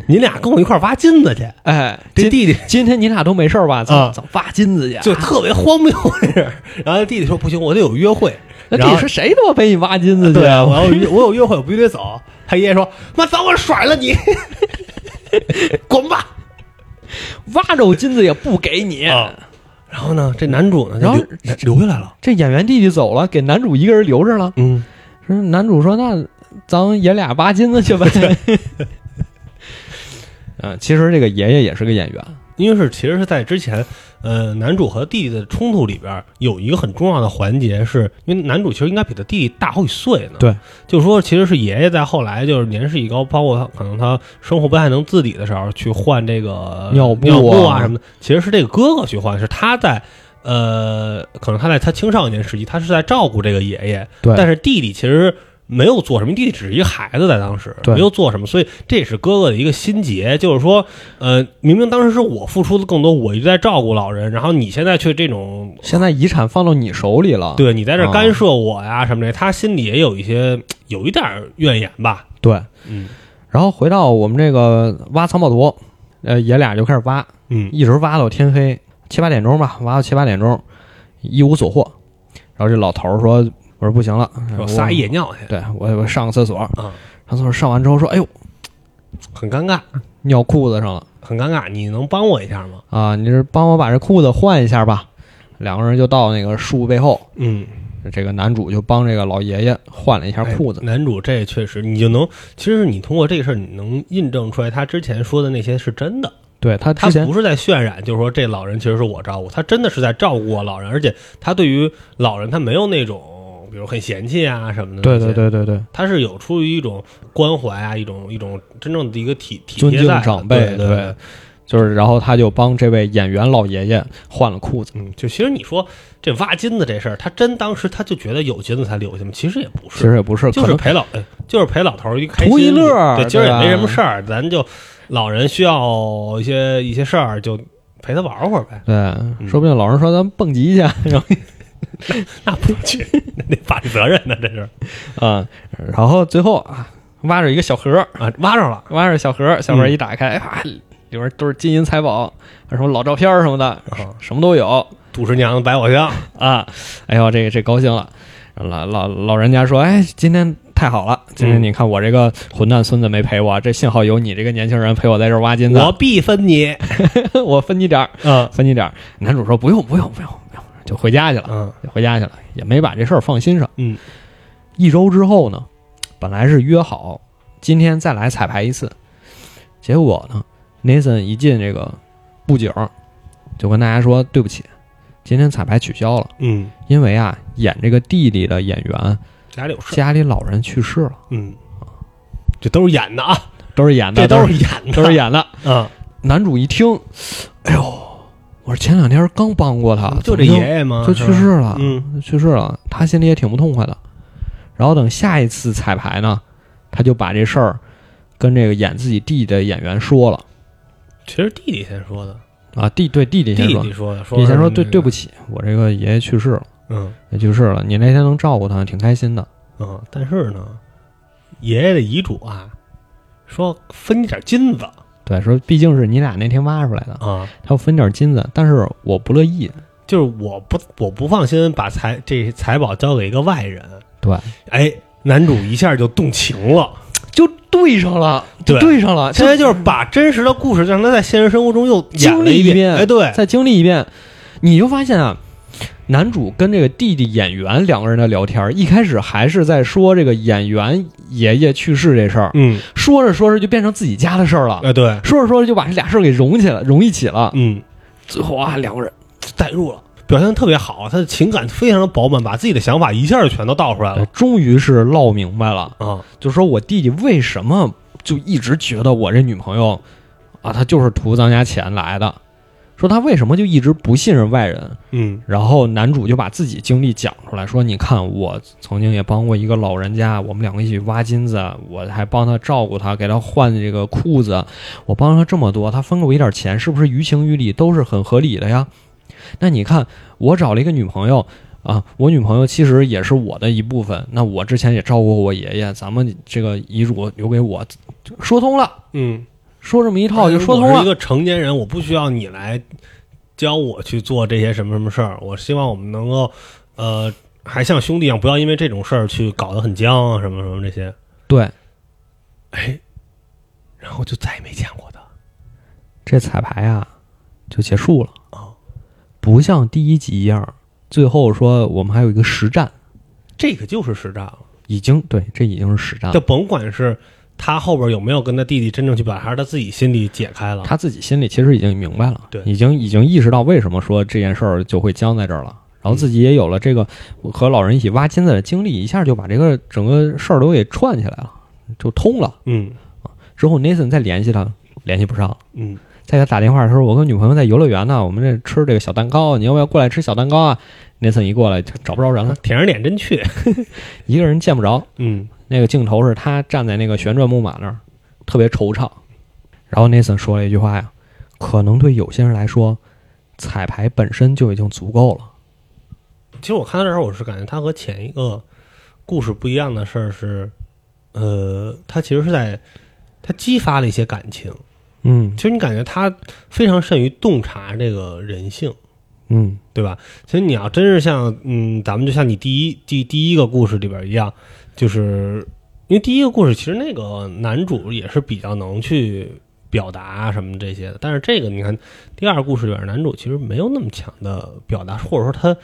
S2: 你俩跟我一块儿挖金子去。
S1: 哎，”
S2: 这
S1: 今
S2: 弟弟
S1: 今天你俩都没事儿吧？走
S2: 啊
S1: 走，挖金子去。
S2: 就特别荒谬这事儿。然后他弟弟说：“不行，我得有约会。”
S1: 那
S2: 然
S1: 弟
S2: 后
S1: 说谁他妈陪你挖金子去？
S2: 对啊，我要约我有约会，我必须得走。他爷爷说：“妈，早我甩了你， *laughs* 滚吧
S1: 挖着我金子也不给！”你。
S2: 啊，然后呢，这男主呢，
S1: 然后
S2: 就留留下来了。
S1: 这演员弟弟走了，给男主一个人留着了。
S2: 嗯，
S1: 说男主说：“那咱爷俩 *laughs* 啊挖金子去吧。”嗯，其实这个爷爷也是个演员，
S2: 因为是其实是在之前，呃，男主和弟弟的冲突里边儿有一个很重要的环节是，因为男主其实应该比他弟弟大好几岁呢。
S1: 对，
S2: 就是说其实是爷爷在后来就是年事已高，包括他可能他生活不太能自理的时候去换这个
S1: 尿布啊
S2: 布啊什么的，其实是这个哥哥去换，是他在。呃，可能他在他青少年时期，他是在照顾这个爷爷，
S1: 对，
S2: 但是弟弟其实没有做什么，弟弟只是一个孩子，在当时
S1: 对
S2: 没有做什么，所以这也是哥哥的一个心结，就是说，呃，明明当时是我付出的更多，我一直在照顾老人，然后你现在却这种。
S1: 现在遗产放到你手里了，
S2: 对你在
S1: 啊
S2: 这干涉我呀什么的，他心里也有一些有一点怨言吧。
S1: 对
S2: 嗯
S1: 然后回到我们这个挖藏宝图，呃，爷俩就开始挖，
S2: 嗯
S1: 一直挖到天黑，七八点钟吧，挖到七八点钟，一无所获。然后这老头儿说：“我说不行了，
S2: 说
S1: 嗯我
S2: 撒一野尿去
S1: 对我我上个厕所，
S2: 啊，
S1: 上厕所上完之后说：‘哎呦，
S2: 很尴尬，
S1: 尿裤子上了
S2: 很尴尬。你能帮我一下吗？
S1: 啊！你是帮我把这裤子换一下吧。’两个人就到那个树背后，
S2: 嗯，
S1: 这个男主就帮这个老爷爷换了一下裤子
S2: 哎。男主这确实，你就能，其实你通过这个事儿，你能印证出来他之前说的那些是真的。
S1: 对他
S2: 他
S1: 之前
S2: 不是在渲染，就是说这老人其实是我照顾，他真的是在照顾我老人，而且他对于老人他没有那种比如很嫌弃啊什么的，
S1: 对对，对对对，
S2: 他是有出于一种关怀啊，一种一种真正的一个体体
S1: 尊
S2: 贴
S1: 敬
S2: 在的
S1: 长辈，
S2: 对对，
S1: 就是然后他就帮这位演员老爷爷换了裤子。
S2: 嗯，就其实你说这挖金子这事儿，他真当时他就觉得有金子才留下吗？其实也不
S1: 其
S2: 是，
S1: 实也不是，
S2: 就
S1: 可
S2: 是
S1: 能
S2: 陪老，哎就是陪老头儿一开心，
S1: 图一乐儿
S2: 对，今儿也没
S1: 对吧
S2: 什么事儿，咱就老人需要一些一些事儿就。陪他玩会儿呗，
S1: 对，说不定老人说咱们蹦极去，啊然后
S2: 那不去，那
S1: *laughs*
S2: 得法律责任呢，这是。
S1: 啊，然后最后啊，挖着一个小盒，
S2: 啊，挖着了，
S1: 挖着小盒，小盒
S2: 嗯
S1: 一打开，哎啪，里边都是金银财宝，什么老照片什么的，
S2: 啊
S1: 什么都有
S2: 杜十娘的百宝箱，
S1: 啊。哎呦，这这高兴了，老老老人家说，哎，今天。太好了！今天
S2: 嗯
S1: 你看我这个混蛋孙子没陪我，这幸好有你这个年轻人陪我在这儿挖金子，
S2: 我必分你。
S1: 我 *laughs* 我分你点儿，
S2: 嗯
S1: 分你点儿。男主说不用不用不用不用，就回家去了，
S2: 嗯
S1: 就回家去了，也没把这事儿放心上。
S2: 嗯
S1: 一周之后呢，本来是约好今天再来彩排一次，结果呢，Nathan 一进这个布景儿，就跟大家说对不起，今天彩排取消了，
S2: 嗯，
S1: 因为啊，演这个弟弟的演员
S2: 家里有事儿。
S1: 家里老人去世了，
S2: 嗯，这都是演的啊，
S1: 都是演的，
S2: 这
S1: 都
S2: 都是演的，
S1: 都是演的。
S2: 啊。
S1: 男主一听，哎呦，我说前两天刚帮过他，
S2: 就这
S1: 啊怎么
S2: 爷爷吗？
S1: 就是啊去
S2: 吧
S1: 世了，
S2: 嗯，
S1: 去世了，他心里也挺不痛快的。然后等下一次彩排呢，他就把这事儿跟这个演自己弟弟的演员说了
S2: 其实弟弟先说的，
S1: 啊，弟对弟弟先
S2: 弟
S1: 说，
S2: 弟说的，
S1: 弟弟先说对对不
S2: 起。
S1: 起，我这个爷爷去世了，
S2: 嗯
S1: 也去世了，你那天能照顾他，挺开心的。
S2: 嗯，但是呢，爷爷的遗嘱啊，说分你点金子
S1: 对，说毕竟是你俩那天挖出来的，
S2: 啊，
S1: 他要分点金子，但是我不乐意。
S2: 就是我不我不放心把财这财宝交给一个外人。
S1: 对，
S2: 哎，男主一下就动情了。
S1: 就对上了，
S2: 就
S1: 对上了
S2: 现在就是把真实的故事，让他在现实生活中又演
S1: 嗯经历
S2: 一
S1: 一遍
S2: 哎，对，
S1: 再经历一遍，你就发现啊，男主跟这个弟弟演员两个人的聊天儿，一开始还是在说这个演员爷爷去世这事儿，
S2: 嗯，
S1: 说着说着就变成自己家的事儿了，
S2: 哎，对，
S1: 说着说着就把这俩事儿给融起了，融一起了。
S2: 嗯，
S1: 最后啊，两个人
S2: 代入了，表现得特别好，他的情感非常的饱满，把自己的想法一下就全都道出来了
S1: 呃终于是唠明白了，
S2: 啊，
S1: 就说我弟弟为什么就一直觉得我这女朋友啊，她就是图咱家钱来的，说他为什么就一直不信任外人，
S2: 嗯
S1: 然后男主就把自己经历讲出来，说：“你看，我曾经也帮过一个老人家，我们两个一起挖金子，我还帮他照顾他，给他换这个裤子，我帮了他这么多，他分给我一点钱，是不是于情于理都是很合理的呀？ *laughs* 那你看，我找了一个女朋友啊，我女朋友其实也是我的一部分，那我之前也照顾过我爷爷，咱们这个遗嘱留给我，就说通了，
S2: 嗯，
S1: 说这么一套就说通
S2: 哎我是一
S1: 了。
S2: 个成年人，我不需要你来教我去做这些什么什么事儿，我希望我们能够，呃，还像兄弟一样，不要因为这种事儿去搞得很僵啊，什么什么这些，
S1: 对，
S2: 哎，然后就再也没见过他，
S1: 这彩排啊就结束了
S2: 哦，
S1: 不像第一集一样，最后说我们还有一个实战，
S2: 这个就是实战了。
S1: 已经对，这已经是实战
S2: 就
S1: 了，
S2: 甭管是他后边有没有跟他弟弟真正去表达，还是他自己心里解开了？
S1: 他自己心里其实已经明白了，
S2: 对
S1: 已经已经意识到为什么说这件事儿就会僵在这儿了。然后自己也有了这个和老人一起挖金子的经历，一下就把这个整个事儿都给串起来了，就通了。
S2: 嗯
S1: 之后 Nathan 再联系他，联系不上，
S2: 嗯
S1: 再给他打电话说：“我跟女朋友在游乐园呢，我们这吃这个小蛋糕，你要不要过来吃小蛋糕啊？”Nathan 一过来就找不着人了，
S2: 舔着脸真去。
S1: 一个人见不着。
S2: 嗯
S1: 那个镜头是他站在那个旋转木马那儿，特别惆怅。然后 Nathan 说了一句话呀，可能对有些人来说，彩排本身就已经足够了。
S2: 其实我看到这儿，我是感觉他和前一个故事不一样的事儿是，呃，他其实是在他激发了一些感情。
S1: 嗯
S2: 其实你感觉他非常善于洞察这个人性，
S1: 嗯
S2: 对吧？其实你要真是像嗯，咱们就像你第一第第一个故事里边一样，就是因为第一个故事其实那个男主也是比较能去表达什么这些的，但是这个你看第二个故事里边男主其实没有那么强的表达，或者说他。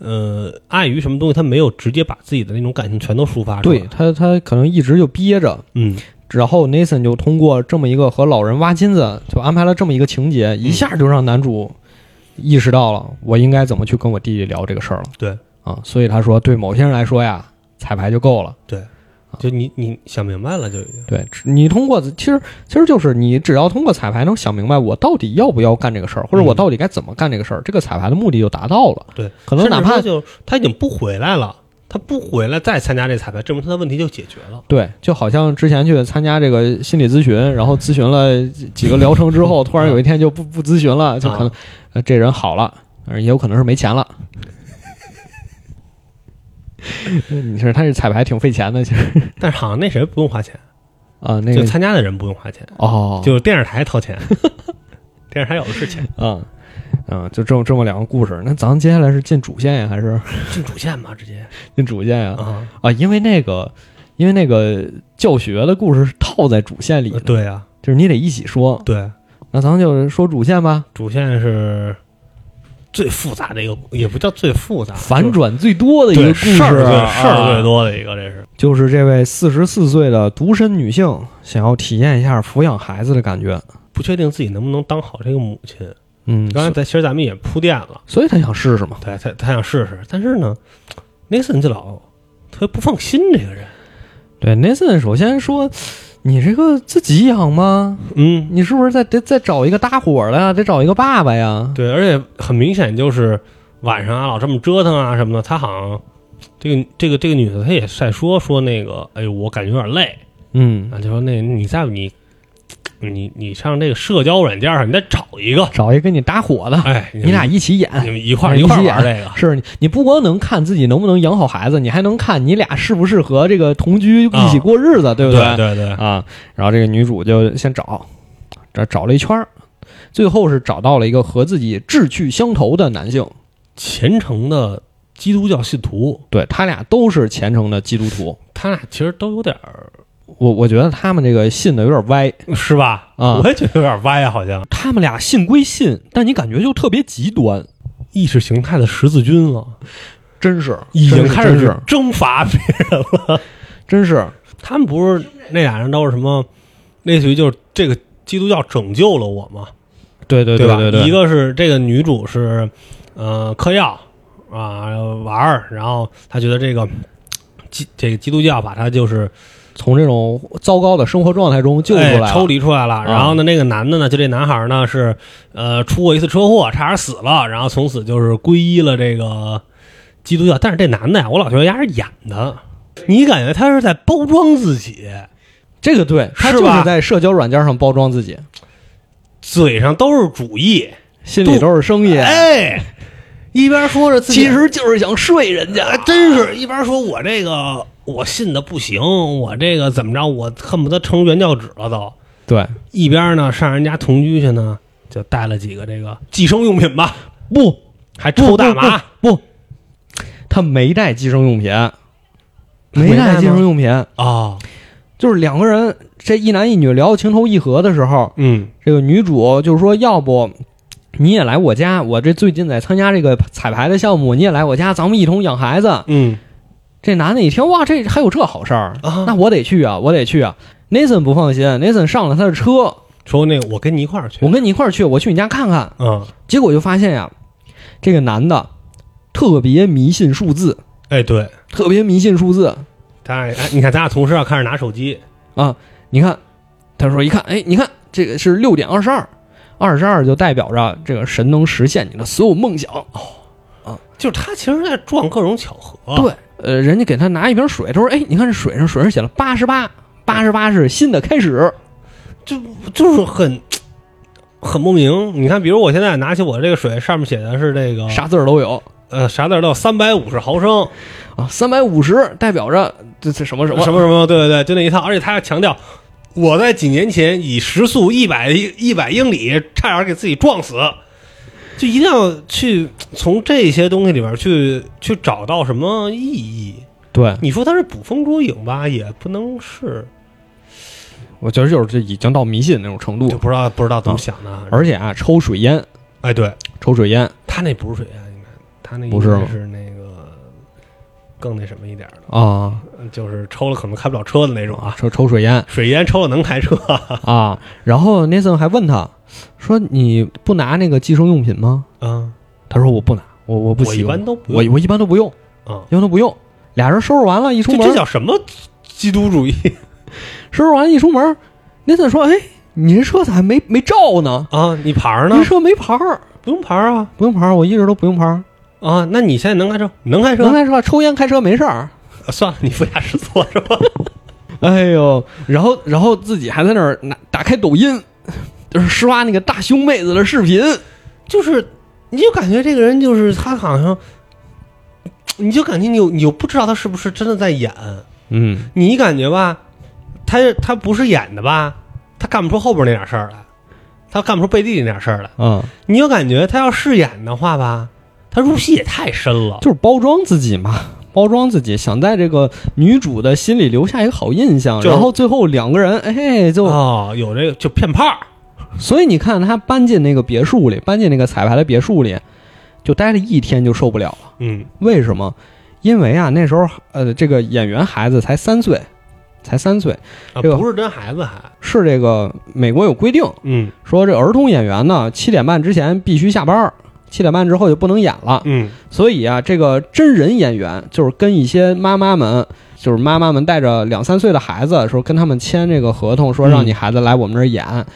S2: 呃，碍于什么东西，他没有直接把自己的那种感情全都抒发出来。
S1: 对，他，他可能一直就憋着。
S2: 嗯，
S1: 然后 Nathan 就通过这么一个和老人挖金子，就安排了这么一个情节，一下就让男主意识到了我应该怎么去跟我弟弟聊这个事儿了。
S2: 对
S1: 啊，所以他说，对某些人来说呀，彩排就够了。
S2: 就你你想明白了就已经。
S1: 对你通过其实其实就是你只要通过彩排能想明白我到底要不要干这个事儿，或者我到底该怎么干这个事儿，这个彩排的目的就达到了。
S2: 嗯对，
S1: 可能
S2: 甚
S1: 哪
S2: 至
S1: 怕
S2: 说就他已经不回来了，他不回来再参加这彩排，证明他的问题就解决了。
S1: 对，就好像之前去参加这个心理咨询，然后咨询了几几个疗程之后，突然有一天就不不咨询了，就可
S2: 啊
S1: 能、呃这人好了，呃也有可能是没钱了。 *laughs* 你说他这彩排挺费钱的，其实
S2: 但是好像那谁不用花钱，
S1: 啊、那
S2: 就
S1: 个
S2: 参加的人不用花钱，
S1: 哦，
S2: 就是电视台
S1: *laughs*
S2: 掏钱，电视台有的是钱。
S1: 嗯嗯，就这么这么两个故事。那咱们接下来是进主线呀，还是
S2: 进主线嘛，直接
S1: 进主线呀？
S2: 啊，
S1: 啊，因为那个，因为那个教学的故事是套在主线里的，
S2: 对啊，
S1: 就是你得一起说。
S2: 对，
S1: 那咱们就说主线吧，
S2: 主线是最复杂的一个，也不叫最复杂，
S1: 反转最多的一个
S2: 啊对
S1: 故事，
S2: 事儿最
S1: 啊
S2: 事儿最，多的一个，这是
S1: 就是这位四十四岁的独身女性想要体验一下抚养孩子的感觉。
S2: 不确定自己能不能当好这个母亲。
S1: 嗯，
S2: 刚才
S1: 所
S2: 咱其实咱们也铺垫了，
S1: 所以她想试试嘛。
S2: 对他他想试试，但是呢，Nathan 就老特别不放心这个人。
S1: 对，Nathan 首先说，你这个自己养吗？
S2: 嗯，
S1: 你是不是再得再找一个搭伙儿的呀？得找一个爸爸呀？
S2: 对，而且很明显就是晚上啊，老这么折腾啊什么的，她好像这个这个这个女的，她也在说说那个，哎呦，我感觉有点累
S1: 嗯，
S2: 啊，就说那你再你你你上这个社交软件上，你再找一个，
S1: 找一个跟你搭伙的，
S2: 哎，
S1: 你俩
S2: 们
S1: 一起演。
S2: 你们一块儿
S1: 一
S2: 一
S1: 起
S2: 块儿
S1: 演
S2: 玩这个，
S1: 是你，你不光能看自己能不能养好孩子，你还能看你俩适不适合这个同居一起过日子， *laughs* 对不
S2: 对对对，
S1: 啊，然后这个女主就先找，这找了一圈儿，最后是找到了一个和自己志趣相投的男性，
S2: 虔诚的基督教信徒，
S1: 对他俩都是虔诚的基督徒。
S2: 他俩其实都有点儿
S1: 我我觉得他们这个信的有点歪，
S2: 是吧？
S1: 啊
S2: 我也觉得有点歪啊，好像
S1: 他们俩信归信，但你感觉就特别极端，
S2: 意识形态的十字军了。
S1: 真是
S2: 已经开
S1: 真
S2: 始
S1: 是
S2: 征伐别人了。
S1: 真是
S2: 他们不是那俩人都是什么，类似于就是这个基督教拯救了我嘛，
S1: 对对
S2: 吧？
S1: 对对，
S2: 一个是这个女主是呃嗑药啊玩儿，然后她觉得这个基这个基督教把她就是
S1: 从这种糟糕的生活状态中救出来
S2: 哎
S1: 了，啊
S2: 抽离出来了。然后呢，那个男的呢，就这男孩呢是呃出过一次车祸，差点死了，然后从此就是皈依了这个基督教。但是这男的呀，我老觉得他是演的。你感觉他是在包装自己，
S1: 这个对他
S2: 是
S1: 就
S2: 吧
S1: 是在社交软件上包装自己，
S2: 嘴上都是主意，
S1: 心里都是生意，
S2: 哎，一边说着自己，
S1: 其实就是想睡人家
S2: 哎。真是一边说我这个我信的不行，我这个怎么着，我恨不得成原教旨了都。
S1: 对，
S2: 一边呢上人家同居去呢，就带了几个这个寄生用品吧，
S1: 不
S2: 还抽大麻，
S1: 不，不他没带寄生用品，没
S2: 没带
S1: 带
S2: 吗
S1: 寄生用品，
S2: 啊，
S1: 就是两个人这一男一女聊得情投意合的时候，
S2: 嗯
S1: 这个女主就是说，要不你也来我家，我这最近在参加这个彩排的项目，你也来我家，咱们一同养孩子。
S2: 嗯，
S1: 这男的一听，哇，这还有这好事儿，
S2: 啊
S1: 那我得去啊，我得去啊。Nathan 不放心，Nathan 上了他的车，
S2: 说那个我跟你一块儿去，
S1: 我跟你一块儿去，我去你家看看。
S2: 嗯，
S1: 结果就发现呀，这个男的特别迷信数字，
S2: 哎，对，
S1: 特别迷信数字。
S2: 他哎，你看咱俩同时啊，开始拿手机，
S1: 你看，他说一看，哎，你看这个是六点二十二，二十二就代表着这个神能实现你的所有梦想。
S2: 就是他其实在撞各种巧合，
S1: 对，呃，人家给他拿一瓶水，他说，哎，你看这水上水上写了八十八，八十八是新的开始。
S2: 就就是很很莫名。你看，比如我现在拿起我这个水，上面写的是这个
S1: 啥字儿都有
S2: 呃啥字儿到三百五十毫升，
S1: 啊，三百五十代表着这这什么什么
S2: 什么什么，对对对，就那一套。而且他要强调，我在几年前以时速一百一百英里，差点给自己撞死。就一定要去从这些东西里面去去找到什么意义。
S1: 对，
S2: 你说他是捕风捉影吧，也不能是，
S1: 我觉得就是这已经到迷信那种程
S2: 就
S1: 度。
S2: 不知道不知道怎么想的。
S1: 而且啊，抽水烟，
S2: 哎，对
S1: 抽水烟
S2: 他那不是水啊，应该他那
S1: 不是吗
S2: 应该是那个更那什么一点儿的，嗯
S1: 啊，
S2: 就是抽了可能开不了车的那种啊。
S1: 抽抽水烟
S2: 水烟抽了能开车， *laughs*
S1: 啊。然后 Nathan 还问他说：“你不拿那个计生用品吗
S2: 嗯，？”
S1: 他说：“我不拿，我我不
S2: 我
S1: 喜
S2: 一
S1: 欢
S2: 般，都不
S1: 我
S2: 用
S1: 我一般都不用，
S2: 啊。
S1: 一般都不用。”俩人收拾完了，一出
S2: 这
S1: 门
S2: 这，叫什么基督主义
S1: 收拾完一出门，Nathan 说：“哎，你这车咋还没没照呢？
S2: 啊？你牌儿呢
S1: 你？这车没牌儿，
S2: 不用牌儿啊
S1: 不用牌儿，我一直都不用牌儿。
S2: 啊！那你现在能开车？能开车
S1: 能？开车，抽烟开车没事儿。”
S2: 啊算了，你副驾驶座是吧？ *laughs*
S1: 哎呦，然后然后自己还在那儿拿打开抖音，就是刷那个大胸妹子的视频。
S2: 就是，你就感觉这个人就是他好像，你就感觉你有你又不知道他是不是真的在演，
S1: 嗯，
S2: 你感觉吧，他他不是演的吧，他干不出后边那点事儿来，他干不出背地里那点事儿来。
S1: 啊，
S2: 你就感觉他要是演的话吧，他入戏也太深了。
S1: 就是包装自己嘛，包装自己，想在这个女主的心里留下一个好印象。
S2: 就是
S1: 然后最后两个人，哎，就、
S2: 哦，有这个就骗炮儿，
S1: 所以你看他搬进那个别墅里，搬进那个彩排的别墅里，就待了一天就受不了了。
S2: 嗯，
S1: 为什么？因为啊，那时候呃，这个演员孩子才三岁，才三岁，
S2: 啊，
S1: 这个
S2: 不是真孩子还，
S1: 是这个美国有规定，
S2: 嗯
S1: 说这儿童演员呢，七点半之前必须下班儿，七点半之后就不能演了。
S2: 嗯
S1: 所以啊，这个真人演员就是跟一些妈妈们，就是妈妈们带着两三岁的孩子，说跟他们签这个合同，说让你孩子来我们这儿演。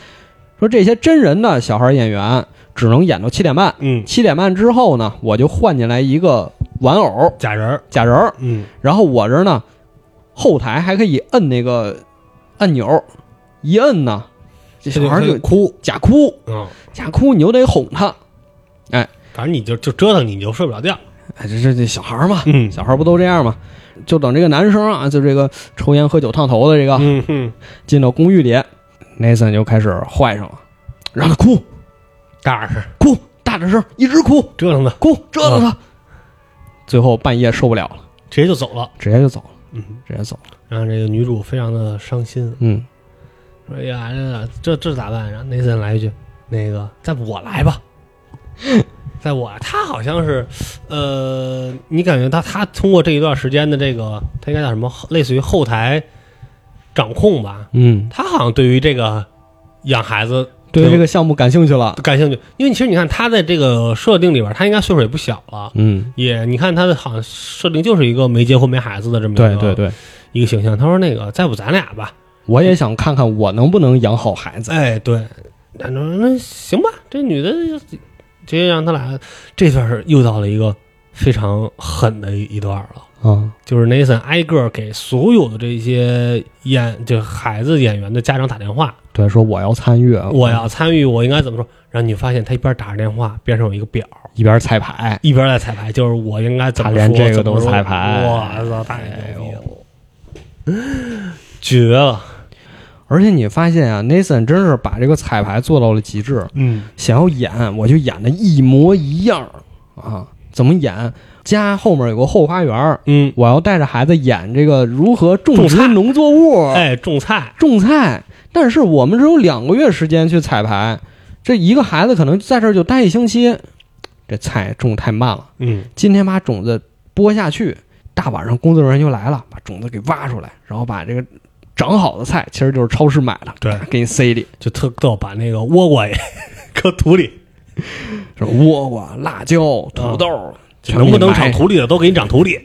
S1: 说这些真人的小孩演员只能演到七点半，
S2: 嗯，
S1: 七点半之后呢，我就换进来一个玩偶
S2: 假人儿，
S1: 假人儿，
S2: 嗯，
S1: 然后我这儿呢，后台还可以摁那个按钮，一摁呢，这小孩就
S2: 哭，
S1: 假哭。
S2: 嗯，
S1: 假哭，你又得哄他。
S2: 反正你就就折腾你，你就睡不了觉，
S1: 哎，这这这小孩儿嘛，
S2: 嗯
S1: 小孩儿不都这样嘛？就等这个男生啊，就这个抽烟喝酒烫头的这个
S2: 嗯嗯，
S1: 进到公寓里，Nathan 就开始坏上了，让他哭
S2: 嘎是
S1: 哭，大点声，一直哭
S2: 折腾的，
S1: 哭，折腾他。最后半夜受不了了，
S2: 直接就走了，
S1: 直接就走了，
S2: 嗯，
S1: 直接走了。
S2: 然后这个女主非常的伤心，
S1: 嗯，
S2: 说哎呀，这这这咋办？然后 Nathan 来一句，那个，再我来吧， *laughs* 在我他好像是，呃，你感觉他他通过这一段时间的这个，他应该叫什么？类似于后台掌控吧，
S1: 嗯，
S2: 他好像对于这个养孩子
S1: 对
S2: 挺
S1: 这个项目感兴趣了。
S2: 感兴趣，因为其实你看他在这个设定里边，他应该岁数也不小了。
S1: 嗯，
S2: 也，你看他的好像设定就是一个没结婚没孩子的这么一个
S1: 嗯对对对，
S2: 一个形象。他说那个，再不咱俩吧，
S1: 我也想看看我能不能养好孩子。
S2: 哎，对，那那行吧，这女的就直接让他俩，这段是又到了一个非常狠的一段了，
S1: 啊，
S2: 就是 Nathan 挨个给所有的这些演就孩子演员的家长打电话，
S1: 对，说我要参与，啊
S2: 我要参与，我应该怎么说？然后你发现他一边打着电话，边上有一个表。
S1: 一边彩排。
S2: 一边在彩排，就是我应该怎么说？
S1: 他连这个
S2: 怎么说
S1: 都彩排
S2: 我操，太
S1: 哎
S2: 牛逼了，绝了！
S1: 而且你发现啊，Nathan 真是把这个彩排做到了极致，
S2: 嗯
S1: 想要演我就演的一模一样儿啊！怎么演？家后面有个后花园儿，
S2: 嗯，
S1: 我要带着孩子演这个如何种
S2: 种
S1: 植
S2: 菜
S1: 农作物、
S2: 哎，种菜，
S1: 种菜。但是我们只有两个月时间去彩排，这一个孩子可能在这儿就待一星期，这菜种太慢了。
S2: 嗯
S1: 今天把种子播下去，大晚上工作人员就来了，把种子给挖出来，然后把这个长好的菜，其实就是超市买的，
S2: 对，
S1: 给你塞里，
S2: 就特逗，把那个倭瓜也 *laughs* 搁土里，
S1: 什么倭瓜、辣椒、土豆，全
S2: 能不
S1: 给你
S2: 能
S1: 埋
S2: 长土里的都给你长 *laughs* 土里。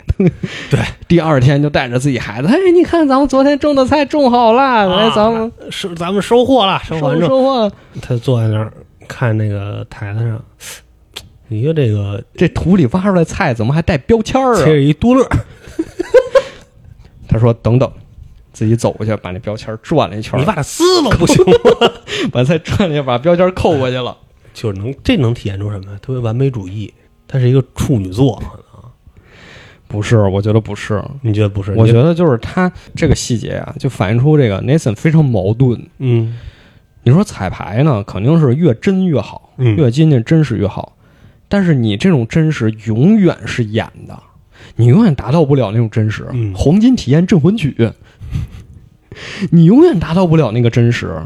S1: 第二天就带着自己孩子，哎，你看咱们昨天种的菜种好啦，来、
S2: 啊
S1: 咱们
S2: 是咱们收获了，收完
S1: 收
S2: 之后，
S1: 收获。
S2: 他坐在那儿看那个台子上，你说这个
S1: 这土里挖出来菜怎么还带标签儿
S2: 切
S1: 啊？
S2: 着一多乐，
S1: 他说等等，自己走过去把那标签儿转了一圈
S2: 你
S1: 儿，
S2: 把它撕啊了不行吗？
S1: 把菜转了一圈儿，把标签儿扣过去了。
S2: *laughs* 就是能这能体现出什么呀？特别完美主义，他是一个处女座，
S1: 不是，我觉得不是，
S2: 你觉得不是？
S1: 我觉
S2: 得，
S1: 得就是他这个细节啊，就反映出这个 Nathan 非常矛盾。
S2: 嗯
S1: 你说彩排呢，肯定是越真越好，
S2: 嗯，
S1: 越接近真实越好。但是你这种真实永远是演的，你永远达到不了那种真实。
S2: 嗯
S1: 黄金体验镇魂曲，你永远达到不了那个真实。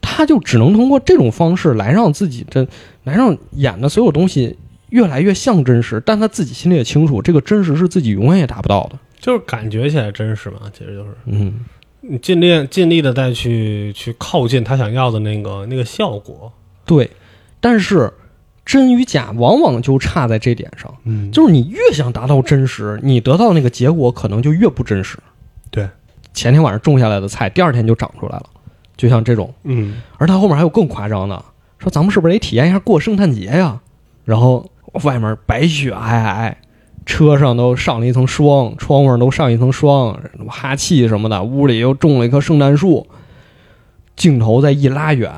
S1: 他就只能通过这种方式来让自己的，来让演的所有东西越来越像真实，但他自己心里也清楚，这个真实是自己永远也达不到的。
S2: 就是感觉起来真实嘛，其实就是
S1: 嗯，
S2: 你尽力尽力的再去去靠近他想要的那个那个效果，
S1: 对，但是真与假往往就差在这点上，
S2: 嗯
S1: 就是你越想达到真实，你得到那个结果可能就越不真实。
S2: 对，
S1: 前天晚上种下来的菜，第二天就长出来了，就像这种。
S2: 嗯，
S1: 而他后面还有更夸张的，说咱们是不是得体验一下过圣诞节呀？然后外面白雪皑皑，车上都上了一层霜，窗户上都上一层霜，哈气什么的，屋里又种了一棵圣诞树。镜头再一拉远，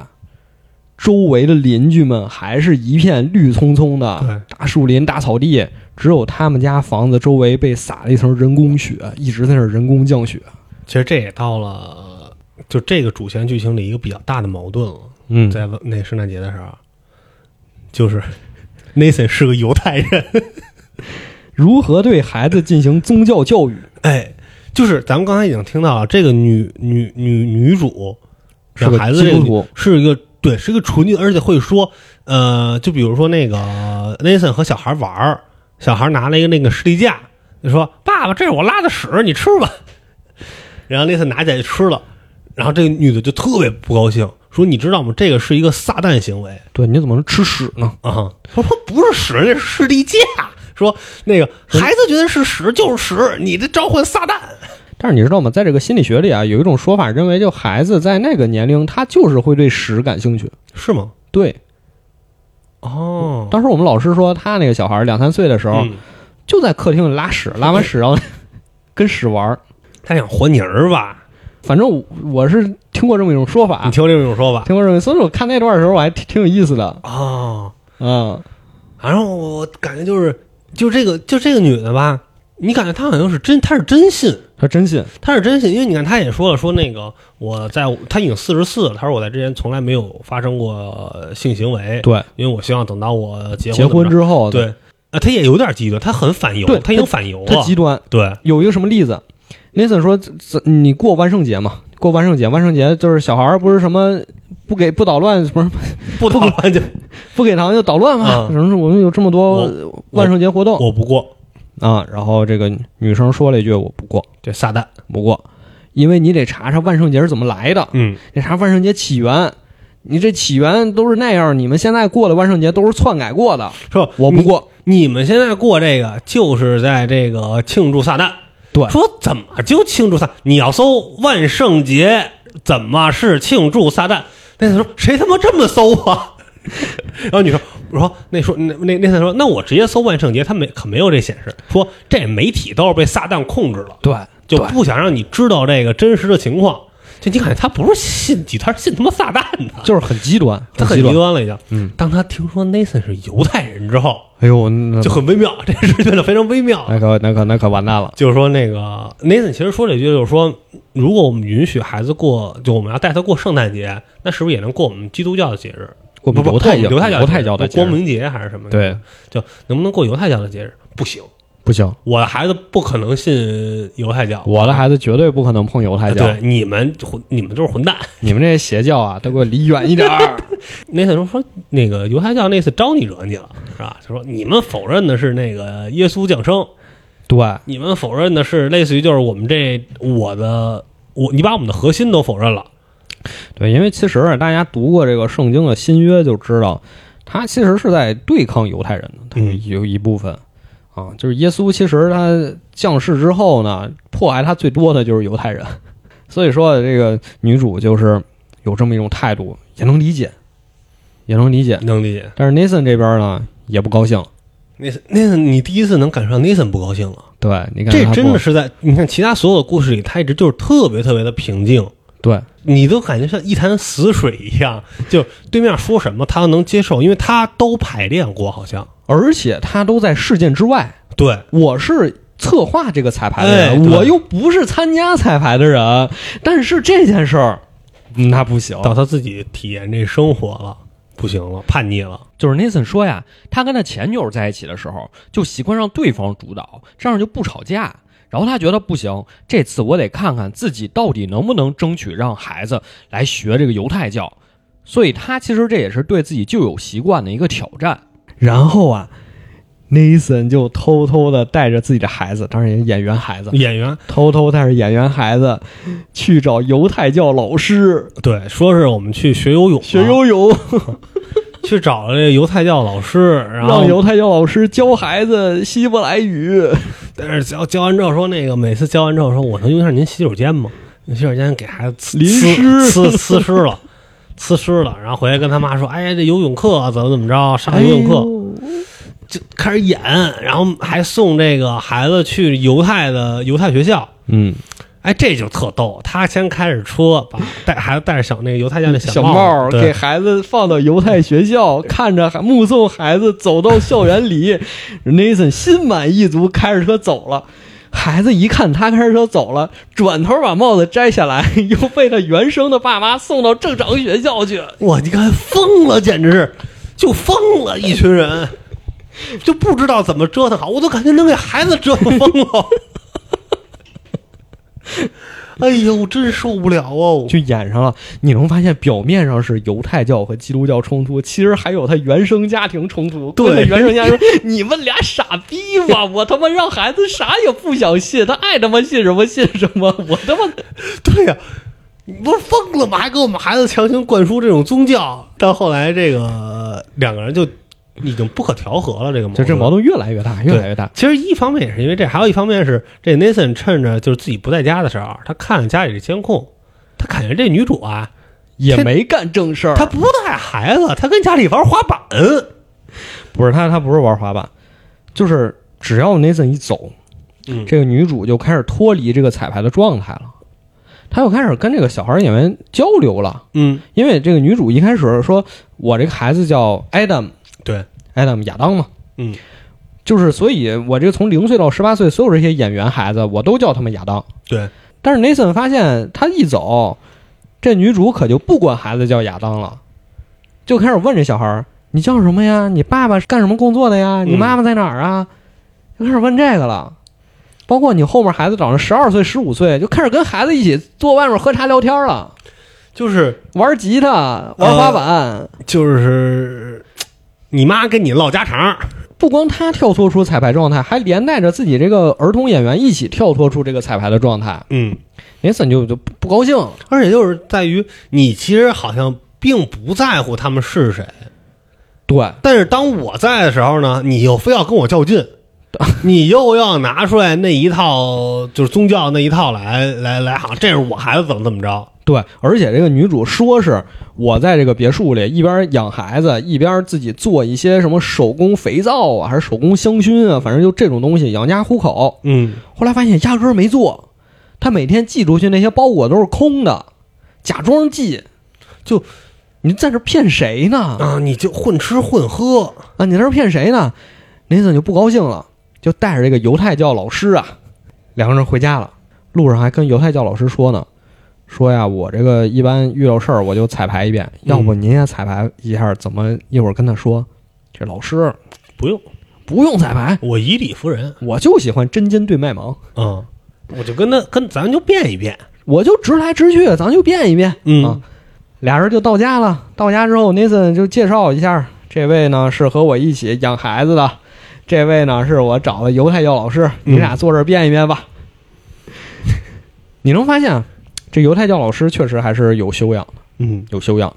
S1: 周围的邻居们还是一片绿葱葱的
S2: 对，
S1: 大树林、大草地，只有他们家房子周围被撒了一层人工雪，一直在那儿人工降雪。
S2: 其实这也到了就这个主线剧情里一个比较大的矛盾了。
S1: 嗯，
S2: 在那圣诞节的时候，就是 Nathan 是个犹
S1: *laughs*
S2: 太人，
S1: 如何对孩子进行宗教教育？
S2: 哎，就是咱们刚才已经听到了，这个女女女女主
S1: 是个
S2: 孩子这
S1: 基督
S2: 个
S1: 徒
S2: 是一个对，是一个纯洁，而且会说，呃，就比如说那个 Nathan 和小孩玩儿，小孩拿了一个那个士力架，就说：“爸爸，这是我拉的屎，你吃吧。” *laughs* 然后 Nathan 拿起来就吃了，然后这个女的就特别不高兴，说：“你知道吗？这个是一个撒旦行为。”
S1: 对，你怎么能吃屎呢？
S2: 啊，他说不是屎，那是士力架。 *laughs* 说那个孩子觉得是屎就是屎，你这召唤撒旦。 *laughs*
S1: 但是你知道吗？在这个心理学里啊，有一种说法认为，就孩子在那个年龄，他就是会对屎感兴趣。
S2: 是吗？
S1: 对，
S2: 哦，
S1: 当时我们老师说，他那个小孩两三岁的时候，
S2: 嗯
S1: 就在客厅里拉屎，拉完屎然后 *laughs* 跟屎玩儿。
S2: 他想和泥儿吧？
S1: 反正我我是听过这么一种说法
S2: 你，听过这种说法
S1: 听过这么，所以我看那段的时候，我还挺挺有意思的。
S2: 哦，
S1: 嗯，
S2: 反正我感觉就是，就这个就这个女的吧，你感觉她好像是真，她是真信，
S1: 他真信，
S2: 她是真信，因为你看她也说了，说那个我在她已经四十四了，她说我在之前从来没有发生过呃性行为，
S1: 对，
S2: 因为我希望等到我结
S1: 结婚
S2: 婚
S1: 之后，
S2: 后，，对，啊，她也有点极端，她很反犹
S1: 对，
S2: 她已经反犹
S1: 他
S2: 了，
S1: 极端，
S2: *laughs* 对，
S1: 有一个什么例子？Nathan 说：“这这你过万圣节嘛？过万圣节，万圣节就是小孩儿不是什么不给不捣乱，不是
S2: 不捣乱就
S1: 不给糖就捣乱嘛。
S2: 嗯
S1: 什么、我们有这么多万圣节活动
S2: 我不过
S1: 啊。然后这个女生说了一句：‘我不过，
S2: 这撒旦，
S1: 不过，因为你得查查万圣节是怎么来的，
S2: 嗯，
S1: 得查万圣节起源。你这起源都是那样，你们现在过的万圣节都是篡改过的。
S2: 是吧？
S1: 我不过，
S2: 你，你们现在过这个就是在这个庆祝撒旦，
S1: 对
S2: 说怎么就庆祝撒？你要搜万圣节怎么是庆祝撒旦？那他说谁他妈这么搜啊？然后你说，我说那说那那那他说，那我直接搜万圣节，他没可没有这显示，说这媒体都是被撒旦控制了，
S1: 对，
S2: 就
S1: 对
S2: 不想让你知道这个真实的情况。就你感觉他不是信几，他是信他妈撒旦的。
S1: 就是很极端，
S2: 他很
S1: 极
S2: 极
S1: 端。
S2: 端了已经。
S1: 嗯，
S2: 当他听说 Nathan 是犹太人之后，
S1: 哎呦，那
S2: 就很微妙，这事变得非常微妙。
S1: 那可那可那可完蛋了。
S2: 就是说，那个 Nathan 其实说了一句，就是说，如果我们允许孩子过，就我们要带他过圣诞节，那是不是也能过我们基督教的节日？
S1: 我
S2: 不
S1: 们
S2: 不，
S1: 犹太
S2: 过
S1: 教
S2: 我们犹太教
S1: 犹太教的
S2: 的
S1: 节
S2: 节
S1: 日
S2: 日光明节还是什么？，
S1: 对，
S2: 就能不能过犹太教的节日？不行，
S1: 不行，
S2: 我的孩子不可能信犹太教。
S1: 我的孩子绝对不可能碰犹太教，
S2: 对你们混，你们就是混蛋。 *laughs*
S1: 你们这些邪教啊，都给我离远一点儿。
S2: Nathan 说说那个犹太教那次招你惹你了是吧？他说你们否认的是那个耶稣降生，
S1: 对，
S2: 你们否认的是类似于就是我们这我的我，你把我们的核心都否认了。
S1: 对，因为其实啊大家读过这个圣经的新约就知道，他其实是在对抗犹太人的，他
S2: 嗯
S1: 有一部分、啊，就是耶稣其实他降世之后呢，迫害他最多的就是犹太人， *laughs* 所以说这个女主就是有这么一种态度，也能理解，也能理解。
S2: 能理解。
S1: 但是 Nathan 这边呢也不高兴，
S2: 那那你第一次能感受到 Nathan 不高兴了，
S1: 对你看
S2: 这
S1: 他
S2: 真
S1: 不
S2: 的是在你看其他所有的故事里，他一直就是特别特别的平静，
S1: 对
S2: 你都感觉像一潭死水一样，就对面说什么他都能接受，因为他都排练过，好像
S1: 而且他都在事件之外，
S2: 对，
S1: 我是策划这个彩排的
S2: 哎
S1: 人，
S2: 对
S1: 我又不是参加彩排的人，但是这件事儿。嗯那不行，
S2: 到他自己体验这生活了，不行了，叛逆了，
S1: 就是 Nathan 说呀，他跟他前女友在一起的时候，就习惯让对方主导，这样就不吵架。然后他觉得不行，这次我得看看自己到底能不能争取让孩子来学这个犹太教。所以他其实这也是对自己旧有习惯的一个挑战。然后啊，Nathan 就偷偷的带着自己的孩子，当然也是演员孩子，
S2: 演员
S1: 偷偷带着演员孩子去找犹太教老师
S2: 对，说是我们去学游泳嘛，啊
S1: 学游泳。
S2: 去找了这犹太教老师，然后
S1: 让犹太教老师教孩子希伯来语。
S2: 但是教教完之后说那个每次教完之后说我能用一下您洗手间吗？您洗手间给孩子呲
S1: 淋湿
S2: 呲呲呲湿了，呲湿了，然后回来跟他妈说，哎呀，这游泳课啊怎么怎么着，上游
S1: 哎
S2: 泳课、
S1: 课，
S2: 就开始演，然后还送这个孩子去犹太的犹太学校。
S1: 嗯，
S2: 哎，这就特逗。他先开着车，把带孩子带着小那个犹太教那
S1: 嗯小
S2: 帽
S1: 帽儿
S2: 对
S1: 给孩子放到犹太学校，看着孩 *laughs* 目送孩子走到校园里，Nathan 心满意足开着车走了。孩子一看他开着车走了，转头把帽子摘下来， *laughs* 又被他原生的爸妈送到正常学校去。
S2: 哇，你看疯了，简直是就疯了，一
S1: *laughs*
S2: 群人就不知道怎么折腾好，我都感觉能给孩子折腾疯
S1: *laughs*
S2: 了。哎呦，真受不了哦！
S1: 就演上了，你能发现表面上是犹太教和基督教冲突，其实还有他原生家庭冲突。
S2: 对
S1: 跟他原生家庭说，你们俩傻逼吧！我他妈让孩子啥也不想信，他爱他妈信什么信什么，我他妈
S2: 对呀、你不是疯了吗？还给我们孩子强行灌输这种宗教，到后来这个两个人就已经不可调和了。这个矛
S1: 就
S2: 盾，
S1: 这矛盾越来越大，越
S2: 对
S1: 来越大。
S2: 其实一方面也是因为这，还有一方面是这 Nathan 趁着就是自己不在家的时候，他看了家里的监控，他感觉这女主啊
S1: 也没干正事儿，
S2: 他不带孩子，他跟家里玩滑板。
S1: 不是他，他不是玩滑板，就是只要 Nathan 一走，
S2: 嗯
S1: 这个女主就开始脱离这个彩排的状态了，她又开始跟这个小孩演员交流了。
S2: 嗯，
S1: 因为这个女主一开始说，我这个孩子叫 Adam，
S2: 对
S1: ，Adam 亚当嘛，
S2: 嗯，
S1: 就是所以，我这个从零岁到十八岁，所有这些演员孩子，我都叫他们亚当。
S2: 对，
S1: 但是 Nathan 发现他一走，这女主可就不管孩子叫亚当了，就开始问这小孩儿：“你叫什么呀？你爸爸是干什么工作的呀？
S2: 嗯
S1: 你妈妈在哪儿啊？”就开始问这个了。包括你后面孩子长到十二岁、十五岁，就开始跟孩子一起坐外面喝茶聊天了，
S2: 就是
S1: 玩吉他、玩滑板。
S2: 就是，你妈跟你唠家常，
S1: 不光他跳脱出彩排状态，还连带着自己这个儿童演员一起跳脱出这个彩排的状态。
S2: 嗯，
S1: 梅森就就不不高兴了，
S2: 而且就是在于你其实好像并不在乎他们是谁，
S1: 对
S2: 但是当我在的时候呢，你又非要跟我较劲， *laughs* 你又要拿出来那一套就是宗教那一套来来来，好，这是我孩子怎么怎么着，
S1: 对，而且这个女主说是我在这个别墅里一边养孩子，一边自己做一些什么手工肥皂啊，还是手工香薰啊，反正就这种东西养家糊口。
S2: 嗯，
S1: 后来发现压根儿没做，她每天寄出去那些包裹都是空的，假装寄，就你在这骗谁呢？
S2: 啊，你就混吃混喝，
S1: 啊，你在这儿骗谁呢？林森就不高兴了，就带着这个犹太教老师啊，两个人回家了。路上还跟犹太教老师说呢，说呀，我这个一般遇到事儿我就彩排一遍，要不您也彩排一下，怎么一会儿跟他说？这老师
S2: 不用，
S1: 不用彩排，
S2: 我以理服人，
S1: 我就喜欢针尖对麦芒，
S2: 嗯，我就跟他跟咱就变一变，
S1: 我就直来直去，咱就变一变。
S2: 嗯
S1: 啊，俩人就到家了。到家之后，Nathan 就介绍一下，这位呢是和我一起养孩子的，这位呢是我找的犹太教老师，
S2: 嗯
S1: 你俩坐这儿辩一辩吧。你能发现，啊这犹太教老师确实还是有修养的，
S2: 嗯
S1: 有修养的。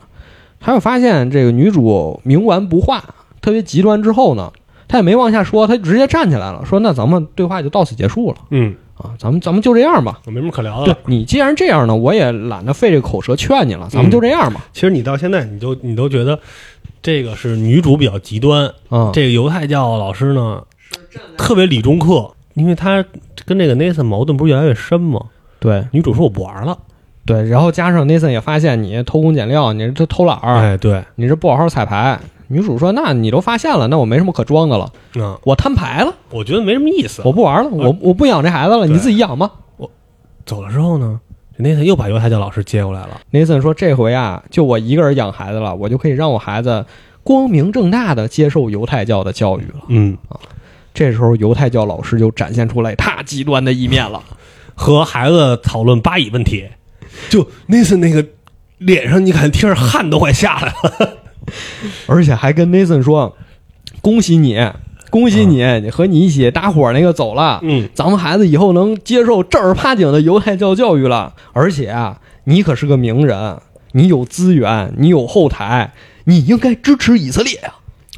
S1: 还有发现，这个女主冥顽不化，特别极端之后呢，她也没往下说，她直接站起来了，说：“那咱们对话就到此结束了
S2: 嗯，
S1: 啊，咱们咱们就这样吧。”
S2: 我没什么可聊的
S1: 对
S2: 了。
S1: 你既然这样呢，我也懒得费这口舌劝你了，咱们就这样吧。
S2: 其实你到现在，你就你都觉得这个是女主比较极端，
S1: 嗯，
S2: 这个犹太教老师呢特别理中客，因为他跟这个 Nathan 矛盾不是越来越深吗？
S1: 对
S2: 女主说我不玩了，
S1: 对，然后加上 Nathan 也发现你偷工减料，你这偷懒儿，
S2: 哎，对，
S1: 你这不好好彩排。女主说：“那你都发现了，那我没什么可装的了，
S2: 嗯，
S1: 我摊牌了，
S2: 我觉得没什么意思。
S1: 我不玩了，我我不养这孩子了，
S2: 呃对
S1: 你自己养吧。
S2: 走了之后呢，这 Nathan 又把犹太教老师接过来了，
S1: ”Nathan 说：“这回啊，就我一个人养孩子了，我就可以让我孩子光明正大的接受犹太教的教育了。
S2: 嗯，”
S1: 这时候，犹太教老师就展现出来他极端的一面
S2: *laughs*
S1: 了。
S2: 和孩子讨论巴以问题，就 Nathan 那个脸上，你看贴着汗都快下来了。
S1: 而且还跟 Nathan 说：“恭喜你，恭喜你，你和你一起搭伙那个走了，
S2: 嗯，
S1: 咱们孩子以后能接受正儿八经的犹太教教育了。而且啊，你可是个名人，你有资源，你有后台，你应该支持以色列呀、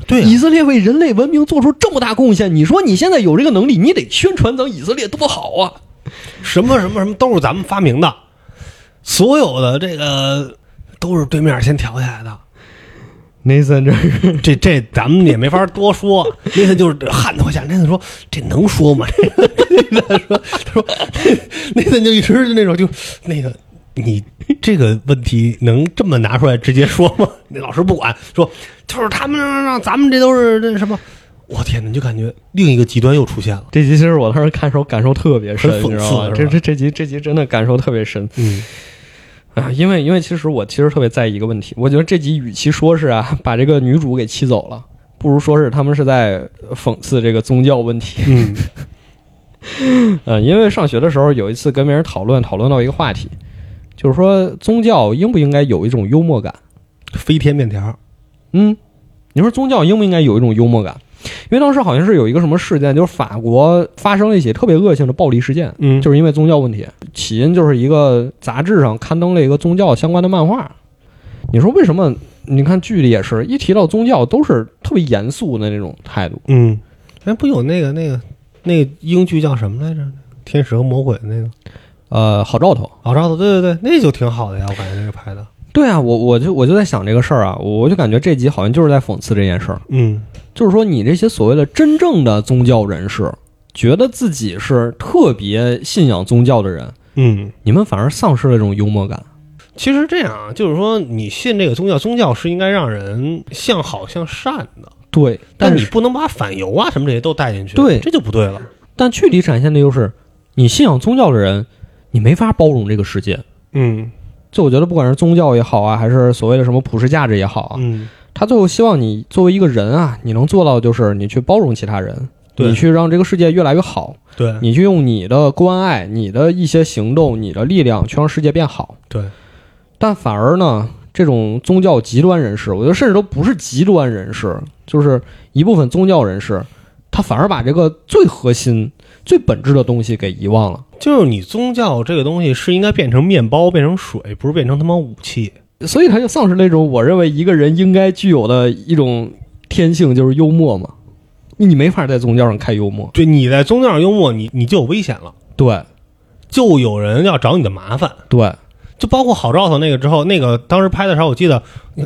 S2: 对啊
S1: 以色列为人类文明做出这么大贡献，你说你现在有这个能力，你得宣传咱以色列多好啊！
S2: 什么什么什么都是咱们发明的，所有的这个都是对面先挑起来的。
S1: Nathan 这是
S2: 这这咱们也没法多说。那个就是汗都快下来。那个说这能说吗？ *laughs* 那个说他说那个就一直就那种就那个你这个问题能这么拿出来直接说吗？那老师不管说就是他们让咱们这都是那什么。我天哪！你就感觉另一个极端又出现了。
S1: 这集，其实我当时看时候感受特别深，
S2: 很讽
S1: 你
S2: 刺
S1: 知道吗？
S2: 是
S1: 这
S2: 吧
S1: 这这集这集真的感受特别深。
S2: 嗯
S1: 啊，因为因为其实我其实特别在意一个问题，我觉得这集与其说是啊把这个女主给气走了，不如说是他们是在讽刺这个宗教问题。
S2: 嗯
S1: 呃，因为上学的时候有一次跟别人讨论，讨论到一个话题，就是说宗教应不应该有一种幽默感？
S2: *laughs* 飞天面条。
S1: 嗯，你说宗教应不应该有一种幽默感？因为当时好像是有一个什么事件，就是法国发生了一起特别恶性的暴力事件，
S2: 嗯
S1: 就是因为宗教问题，起因就是一个杂志上刊登了一个宗教相关的漫画。你说为什么？你看剧里也是一提到宗教都是特别严肃的那种态度。
S2: 嗯，哎，不有那个那个那个英剧叫什么来着？天使和魔鬼的那个
S1: 呃，好兆头。
S2: 老赵的，对对对，那就挺好的呀，我感觉那个拍的。
S1: 对啊，我我就我就在想这个事儿啊，我我就感觉这集好像就是在讽刺这件事儿，
S2: 嗯
S1: 就是说你这些所谓的真正的宗教人士，觉得自己是特别信仰宗教的人，
S2: 嗯，
S1: 你们反而丧失了这种幽默感。
S2: 其实这样啊，就是说你信这个宗教，宗教是应该让人向好向善的，
S1: 对，
S2: 但
S1: 但
S2: 你
S1: 是
S2: 不能把反犹啊什么这些都带进去，
S1: 对
S2: 这就不对了。
S1: 但具体展现的就是你信仰宗教的人，你没法包容这个世界。
S2: 嗯
S1: 就我觉得，不管是宗教也好啊，还是所谓的什么普世价值也好啊，
S2: 嗯，
S1: 他最后希望你作为一个人啊，你能做到就是你去包容其他人，
S2: 对嗯
S1: 你去让这个世界越来越好，
S2: 对
S1: 你去用你的关爱、你的一些行动、你的力量去让世界变好。
S2: 对，
S1: 但反而呢，这种宗教极端人士，我觉得甚至都不是极端人士，就是一部分宗教人士，他反而把这个最核心、最本质的东西给遗忘了。
S2: 就是你宗教这个东西是应该变成面包，变成水，不是变成他妈武器。
S1: 所以他就丧失了一种我认为一个人应该具有的一种天性，就是幽默嘛。你没法在宗教上开幽默，
S2: 对，你在宗教上幽默，你你就有危险了，
S1: 对
S2: 就有人要找你的麻烦。
S1: 对，
S2: 就包括好兆头那个之后，那个当时拍的时候，我记得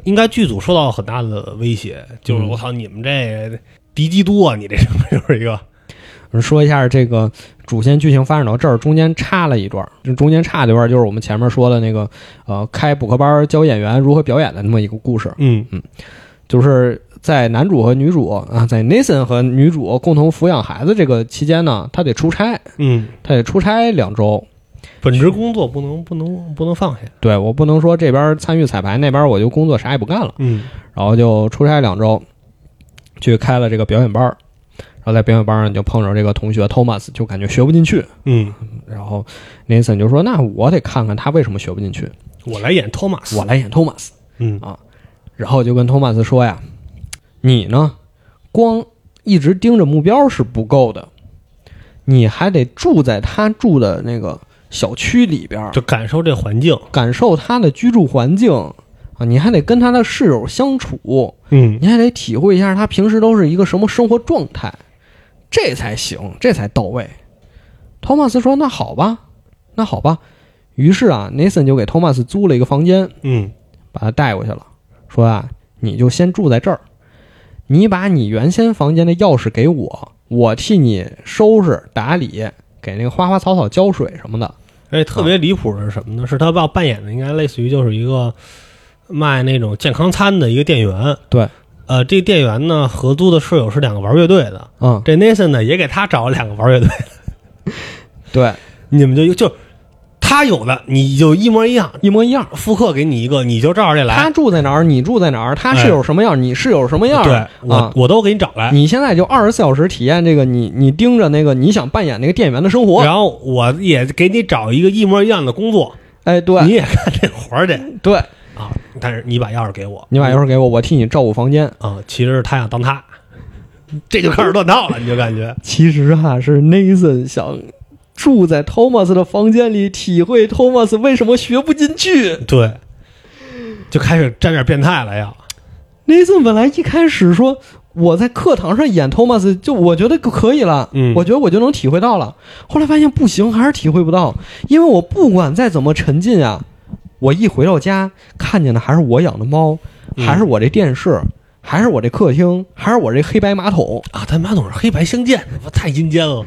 S2: 应该剧组受到很大的威胁，就是
S1: 嗯
S2: 我操，你们这敌基督啊，你这什么 *laughs* 就是一个，
S1: 说一下这个主线剧情发展到这儿，中间插了一段儿，这中间插的一段儿就是我们前面说的那个，呃，开补课班儿教演员如何表演的那么一个故事，
S2: 嗯
S1: 就是在男主和女主啊，在 Nathan 和女主共同抚养孩子这个期间呢，他得出差，
S2: 嗯，
S1: 他得出差两周。
S2: 本职工作不能不能不能放下，
S1: 对我不能说这边参与彩排，那边我就工作啥也不干了，
S2: 嗯
S1: 然后就出差两周，去开了这个表演班儿，然后在表演班上就碰着这个同学 Thomas，就感觉学不进去，
S2: 嗯，
S1: 然后 Nathan 就说：“那我得看看他为什么学不进去，
S2: 我来演托马斯，
S1: 我来演 Thomas。
S2: 嗯”
S1: 然后就跟 Thomas 说呀：“你呢，光一直盯着目标是不够的，你还得住在他住的那个小区里边儿，
S2: 就感受这环境。
S1: 感受他的居住环境啊，你还得跟他的室友相处，
S2: 嗯，
S1: 你还得体会一下他平时都是一个什么生活状态，这才行，这才到位。托马斯说：“那好吧，那好吧。”于是啊，Nathan 就给托马斯租了一个房间，
S2: 嗯，
S1: 把他带过去了，说啊，你就先住在这儿，你把你原先房间的钥匙给我，我替你收拾打理，给那个花花草草浇水什么的。
S2: 而且哎特别离谱的是什么呢？是他爸扮演的，应该类似于就是一个卖那种健康餐的一个店员。
S1: 对，
S2: 呃，这店员呢，合租的室友是两个玩乐队的，
S1: 嗯，
S2: 这 Nathan 呢也给他找了两个玩乐队，
S1: 对，
S2: 你们就就他有的你就一模一样，
S1: 一模一样。
S2: 复刻给你一个，你就照着这
S1: 他
S2: 来。哎
S1: 住在哪儿，你住在哪儿，他室友什么样，你室友什么样。
S2: 对我、
S1: 啊，
S2: 我都给你找来，
S1: 你现在就二十四小时体验这个，你你盯着那个你想扮演那个店员的生活。
S2: 然后我也给你找一个一模一样的工作，
S1: 哎，对
S2: 你也干这活儿去
S1: 对，
S2: 啊。但是你把钥匙给我，
S1: 你把钥匙给我，我替你照顾房间。
S2: 啊，其实他想当他，这就开始乱套了，你就感
S1: *laughs*
S2: 觉
S1: 其实哈、是 Nathan 想住在 Thomas 的房间里，体会 Thomas 为什么学不进去。
S2: 对，就开始沾点变态了呀。
S1: Nathan 本来一开始说我在课堂上演 Thomas，就我觉得可以了，
S2: 嗯
S1: 我觉得我就能体会到了。后来发现不行，还是体会不到，因为我不管再怎么沉浸啊，我一回到家看见的还是我养的猫，
S2: 嗯
S1: 还是我这电视，还是我这客厅，还是我这黑白马桶，
S2: 啊，他妈总是黑白相间，我太阴间了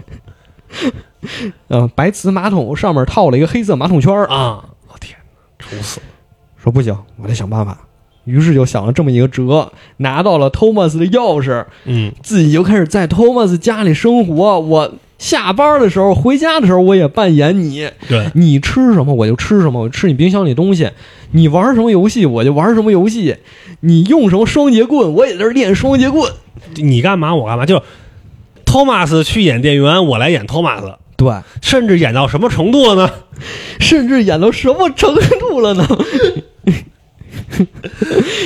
S1: 嗯、白瓷马桶上面套了一个黑色马桶圈儿。
S2: 啊！我、天哪，愁死了。
S1: 说不行，我得想办法。于是就想了这么一个辙，拿到了 Thomas 的钥匙，
S2: 嗯，
S1: 自己就开始在 Thomas 家里生活。我下班的时候、回家的时候，我也扮演你。
S2: 对，
S1: 你吃什么我就吃什么，我吃你冰箱里东西。你玩什么游戏我就玩什么游戏。你用什么双节棍，我也在这儿练双节棍。
S2: 你干嘛我干嘛，就是托马斯去演店员，我来演托马斯，
S1: 对，
S2: 甚至演到什么程度了呢？
S1: 甚至演到什么程度了呢？ *laughs*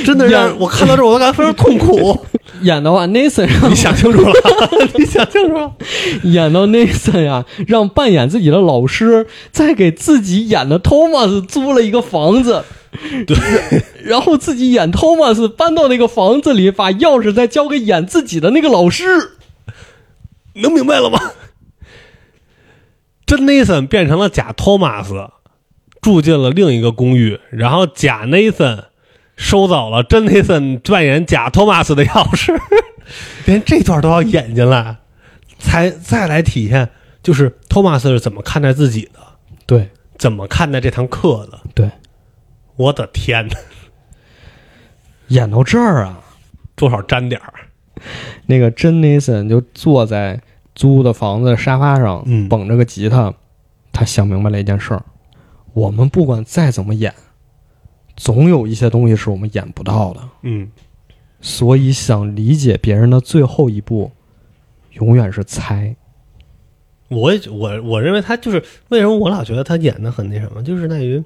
S2: 真的让
S1: 演
S2: 我看到这儿我都感觉非常痛苦。
S1: 演到啊，Nathan 让 *laughs*
S2: *laughs* 你想清 *laughs* 楚了，你想清楚了。
S1: 演到 Nathan 呀、让扮演自己的老师再给自己演的 Thomas 租了一个房子，
S2: 对，
S1: 然后自己演 Thomas 搬到那个房子里，把钥匙再交给演自己的那个老师。
S2: 能明白了吗？真 Nathan 变成了假托马斯，住进了另一个公寓，然后假 Nathan 收走了真 Nathan 扮演假托马斯的钥匙， *laughs* 连这段都要演进来，才再来体现就是托马斯是怎么看待自己的，
S1: 对
S2: 怎么看待这堂课的。
S1: 对，
S2: 我的天哪，
S1: 演到这儿啊，
S2: *laughs* 多少沾点儿，
S1: 那个真 Nathan 就坐在租的房子的沙发上，
S2: 嗯
S1: 捧着个吉他，他想明白了一件事儿：我们不管再怎么演，总有一些东西是我们演不到的。
S2: 嗯，
S1: 所以想理解别人的最后一步，永远是猜。
S2: 我也觉我我认为他就是为什么我老觉得他演的很那什么，就是在于，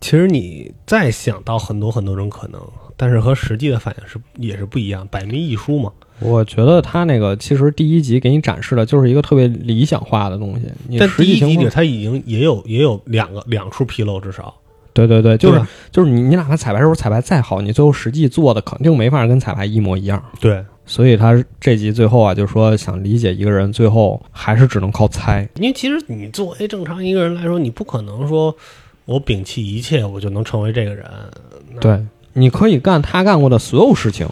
S2: 其实你再想到很多很多种可能，但是和实际的反应是也是不一样，百密一疏嘛。
S1: 我觉得他那个其实第一集给你展示的就是一个特别理想化的东西，你
S2: 但
S1: 实
S2: 第
S1: 际
S2: 一
S1: 情
S2: 集里
S1: 况，
S2: 他已经也有也有两个两处纰漏，至少
S1: 对对对，就是
S2: 对吧
S1: 就是你你哪怕彩排时候彩排再好，你最后实际做的肯定没法跟彩排一模一样。
S2: 对，
S1: 所以他这集最后啊，就说想理解一个人，最后还是只能靠猜。
S2: 因为其实你作为正常一个人来说，你不可能说我摒弃一切，我就能成为这个人。
S1: 对，你可以干他干过的所有事情，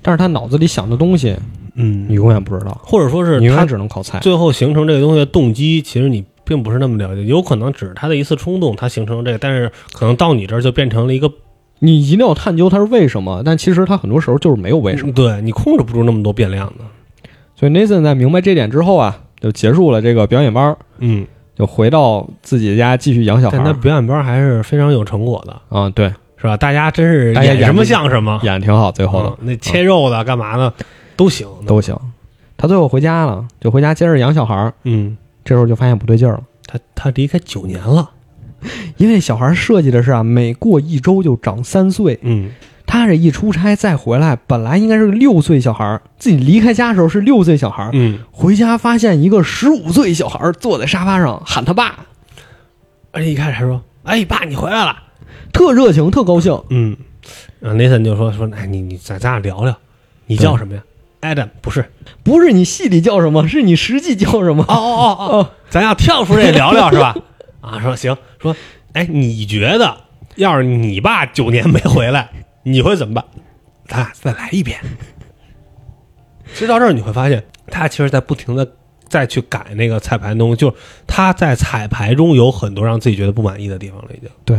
S1: 但是他脑子里想的东西，你
S2: 嗯，
S1: 永远不知道，
S2: 或者说是
S1: 你永
S2: 他
S1: 远只能靠猜。
S2: 最后形成这个东西的动机，其实你并不是那么了解，有可能只是他的一次冲动，他形成这个，但是可能到你这儿就变成了一个
S1: 你一定要探究它是为什么，但其实它很多时候就是没有为什么。
S2: 对你控制不住那么多变量的。
S1: 所以 Nathan 在明白这点之后啊，就结束了这个表演班儿，
S2: 嗯，
S1: 就回到自己家继续养小孩
S2: 但他
S1: 儿。
S2: 表演班还是非常有成果的，
S1: 啊、对，
S2: 是吧？大家真是
S1: 大家
S2: 演什
S1: 演
S2: 么
S1: 得
S2: 像什么，
S1: 演得挺好，最后
S2: 嗯
S1: 的、
S2: 那切肉的干嘛的都行。
S1: 都行。他最后回家了，就回家接着养小孩儿。
S2: 嗯，
S1: 这时候就发现不对劲儿了，
S2: 他他离开九年了。
S1: 因为小孩儿设计的是啊，每过一周就长三岁，
S2: 嗯，
S1: 他这一出差再回来，本来应该是个六岁小孩儿，自己离开家的时候是六岁小孩儿，
S2: 嗯，
S1: 回家发现一个十五岁小孩儿坐在沙发上喊他爸，
S2: 而且一开始还说：“哎，爸，你回来了。
S1: 特热情，特高兴。”
S2: 嗯，然后 Nathan 就说：“说，哎，你你咱咱俩聊聊，你叫什么呀？”Adam 不是，
S1: 不是你戏里叫什么，是你实际叫什么。
S2: 哦哦哦哦，咱俩跳出这聊聊是 *laughs* 吧？啊，说行，说，哎，你觉得要是你爸九年没回来，你会怎么办？咱俩再来一遍。 *laughs* 其实到这儿你会发现，他其实在不停的再去改那个彩排中，就是他在彩排中有很多让自己觉得不满意的地方了，已经，
S1: 对，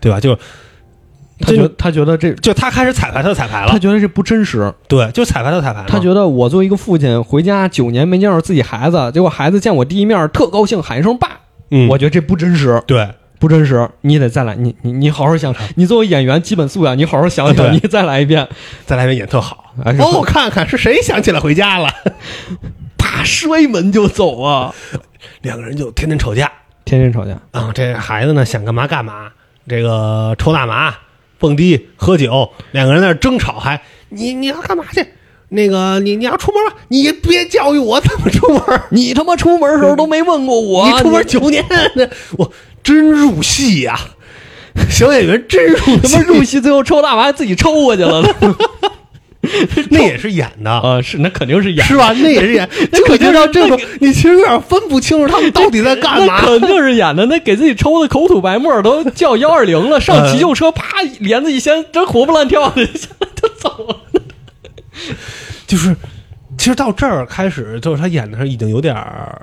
S2: 对吧？就是
S1: 他觉得他觉得这，
S2: 就他开始彩排他就彩排
S1: 他
S2: 了，
S1: 觉得这不真实。
S2: 对，就彩排他就彩排了，
S1: 他觉得我作为一个父亲，回家九年没见着自己孩子，结果孩子见我第一面特高兴，喊一声爸，
S2: 嗯，
S1: 我觉得这不真实，
S2: 对。
S1: 不真实。你得再来，你你你好好想，你作为演员基本素养，你好好想想，
S2: 对
S1: 你再来一遍。
S2: 再来一遍演特好
S1: 哎是
S2: 哦！看看是谁想起来回家 *laughs* 了，
S1: 啪，摔门就走啊！
S2: 两个人就天天吵架，
S1: 天天吵架，
S2: 啊，这孩子呢想干嘛干嘛，这个抽大麻、蹦迪、喝酒，两个人在那儿争吵还，你你要干嘛去？那个你你要出门吧，你别教育我怎么出门儿，
S1: 你他妈出门的时候都没问过我，
S2: 你出门九年，那我真入戏呀、小演员真入
S1: 你
S2: 戏，
S1: 他妈入戏，最后抽大麻自己抽过去了
S2: 那也是演
S1: *laughs*
S2: 的，
S1: 啊！是，那肯定是演，
S2: 是吧？那也是演，就
S1: 肯定
S2: 就到
S1: 是
S2: 这
S1: 那
S2: 种，你其实有点分不清楚他们到底在干嘛
S1: 那。肯定是演的。那给自己抽的口吐白沫，都叫幺二零了，上急救车，啪，帘子一掀，真活蹦乱跳的 *laughs* 就走了。
S2: 就是，其实到这儿开始，就是他演的时候已经有点儿，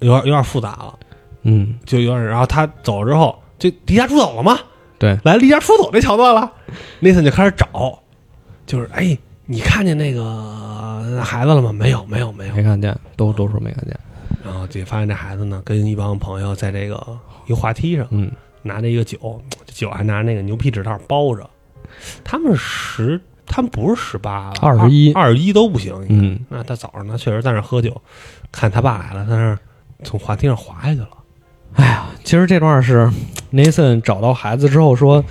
S2: 有点有点复杂了，
S1: 嗯，
S2: 就有点儿。然后他走之后，就离家出走了嘛，
S1: 对，
S2: 来离家出走这桥段了。Nathan 就开始找，就是哎，你看见那个孩子了吗？没有，没有，没有。
S1: 没看见，都都说没看见。
S2: 然后就发现这孩子呢，跟一帮朋友在这个一个滑梯上
S1: 嗯，
S2: 拿着一个酒，这酒还拿着那个牛皮纸套包着。他们十，他们不是十八，
S1: 21
S2: 二十一都不行，应该
S1: 嗯，
S2: 那他早上他确实在那儿喝酒，看他爸来了，在那儿从滑梯上滑下去了。
S1: 哎其实这段是 Nathan 找到孩子之后说，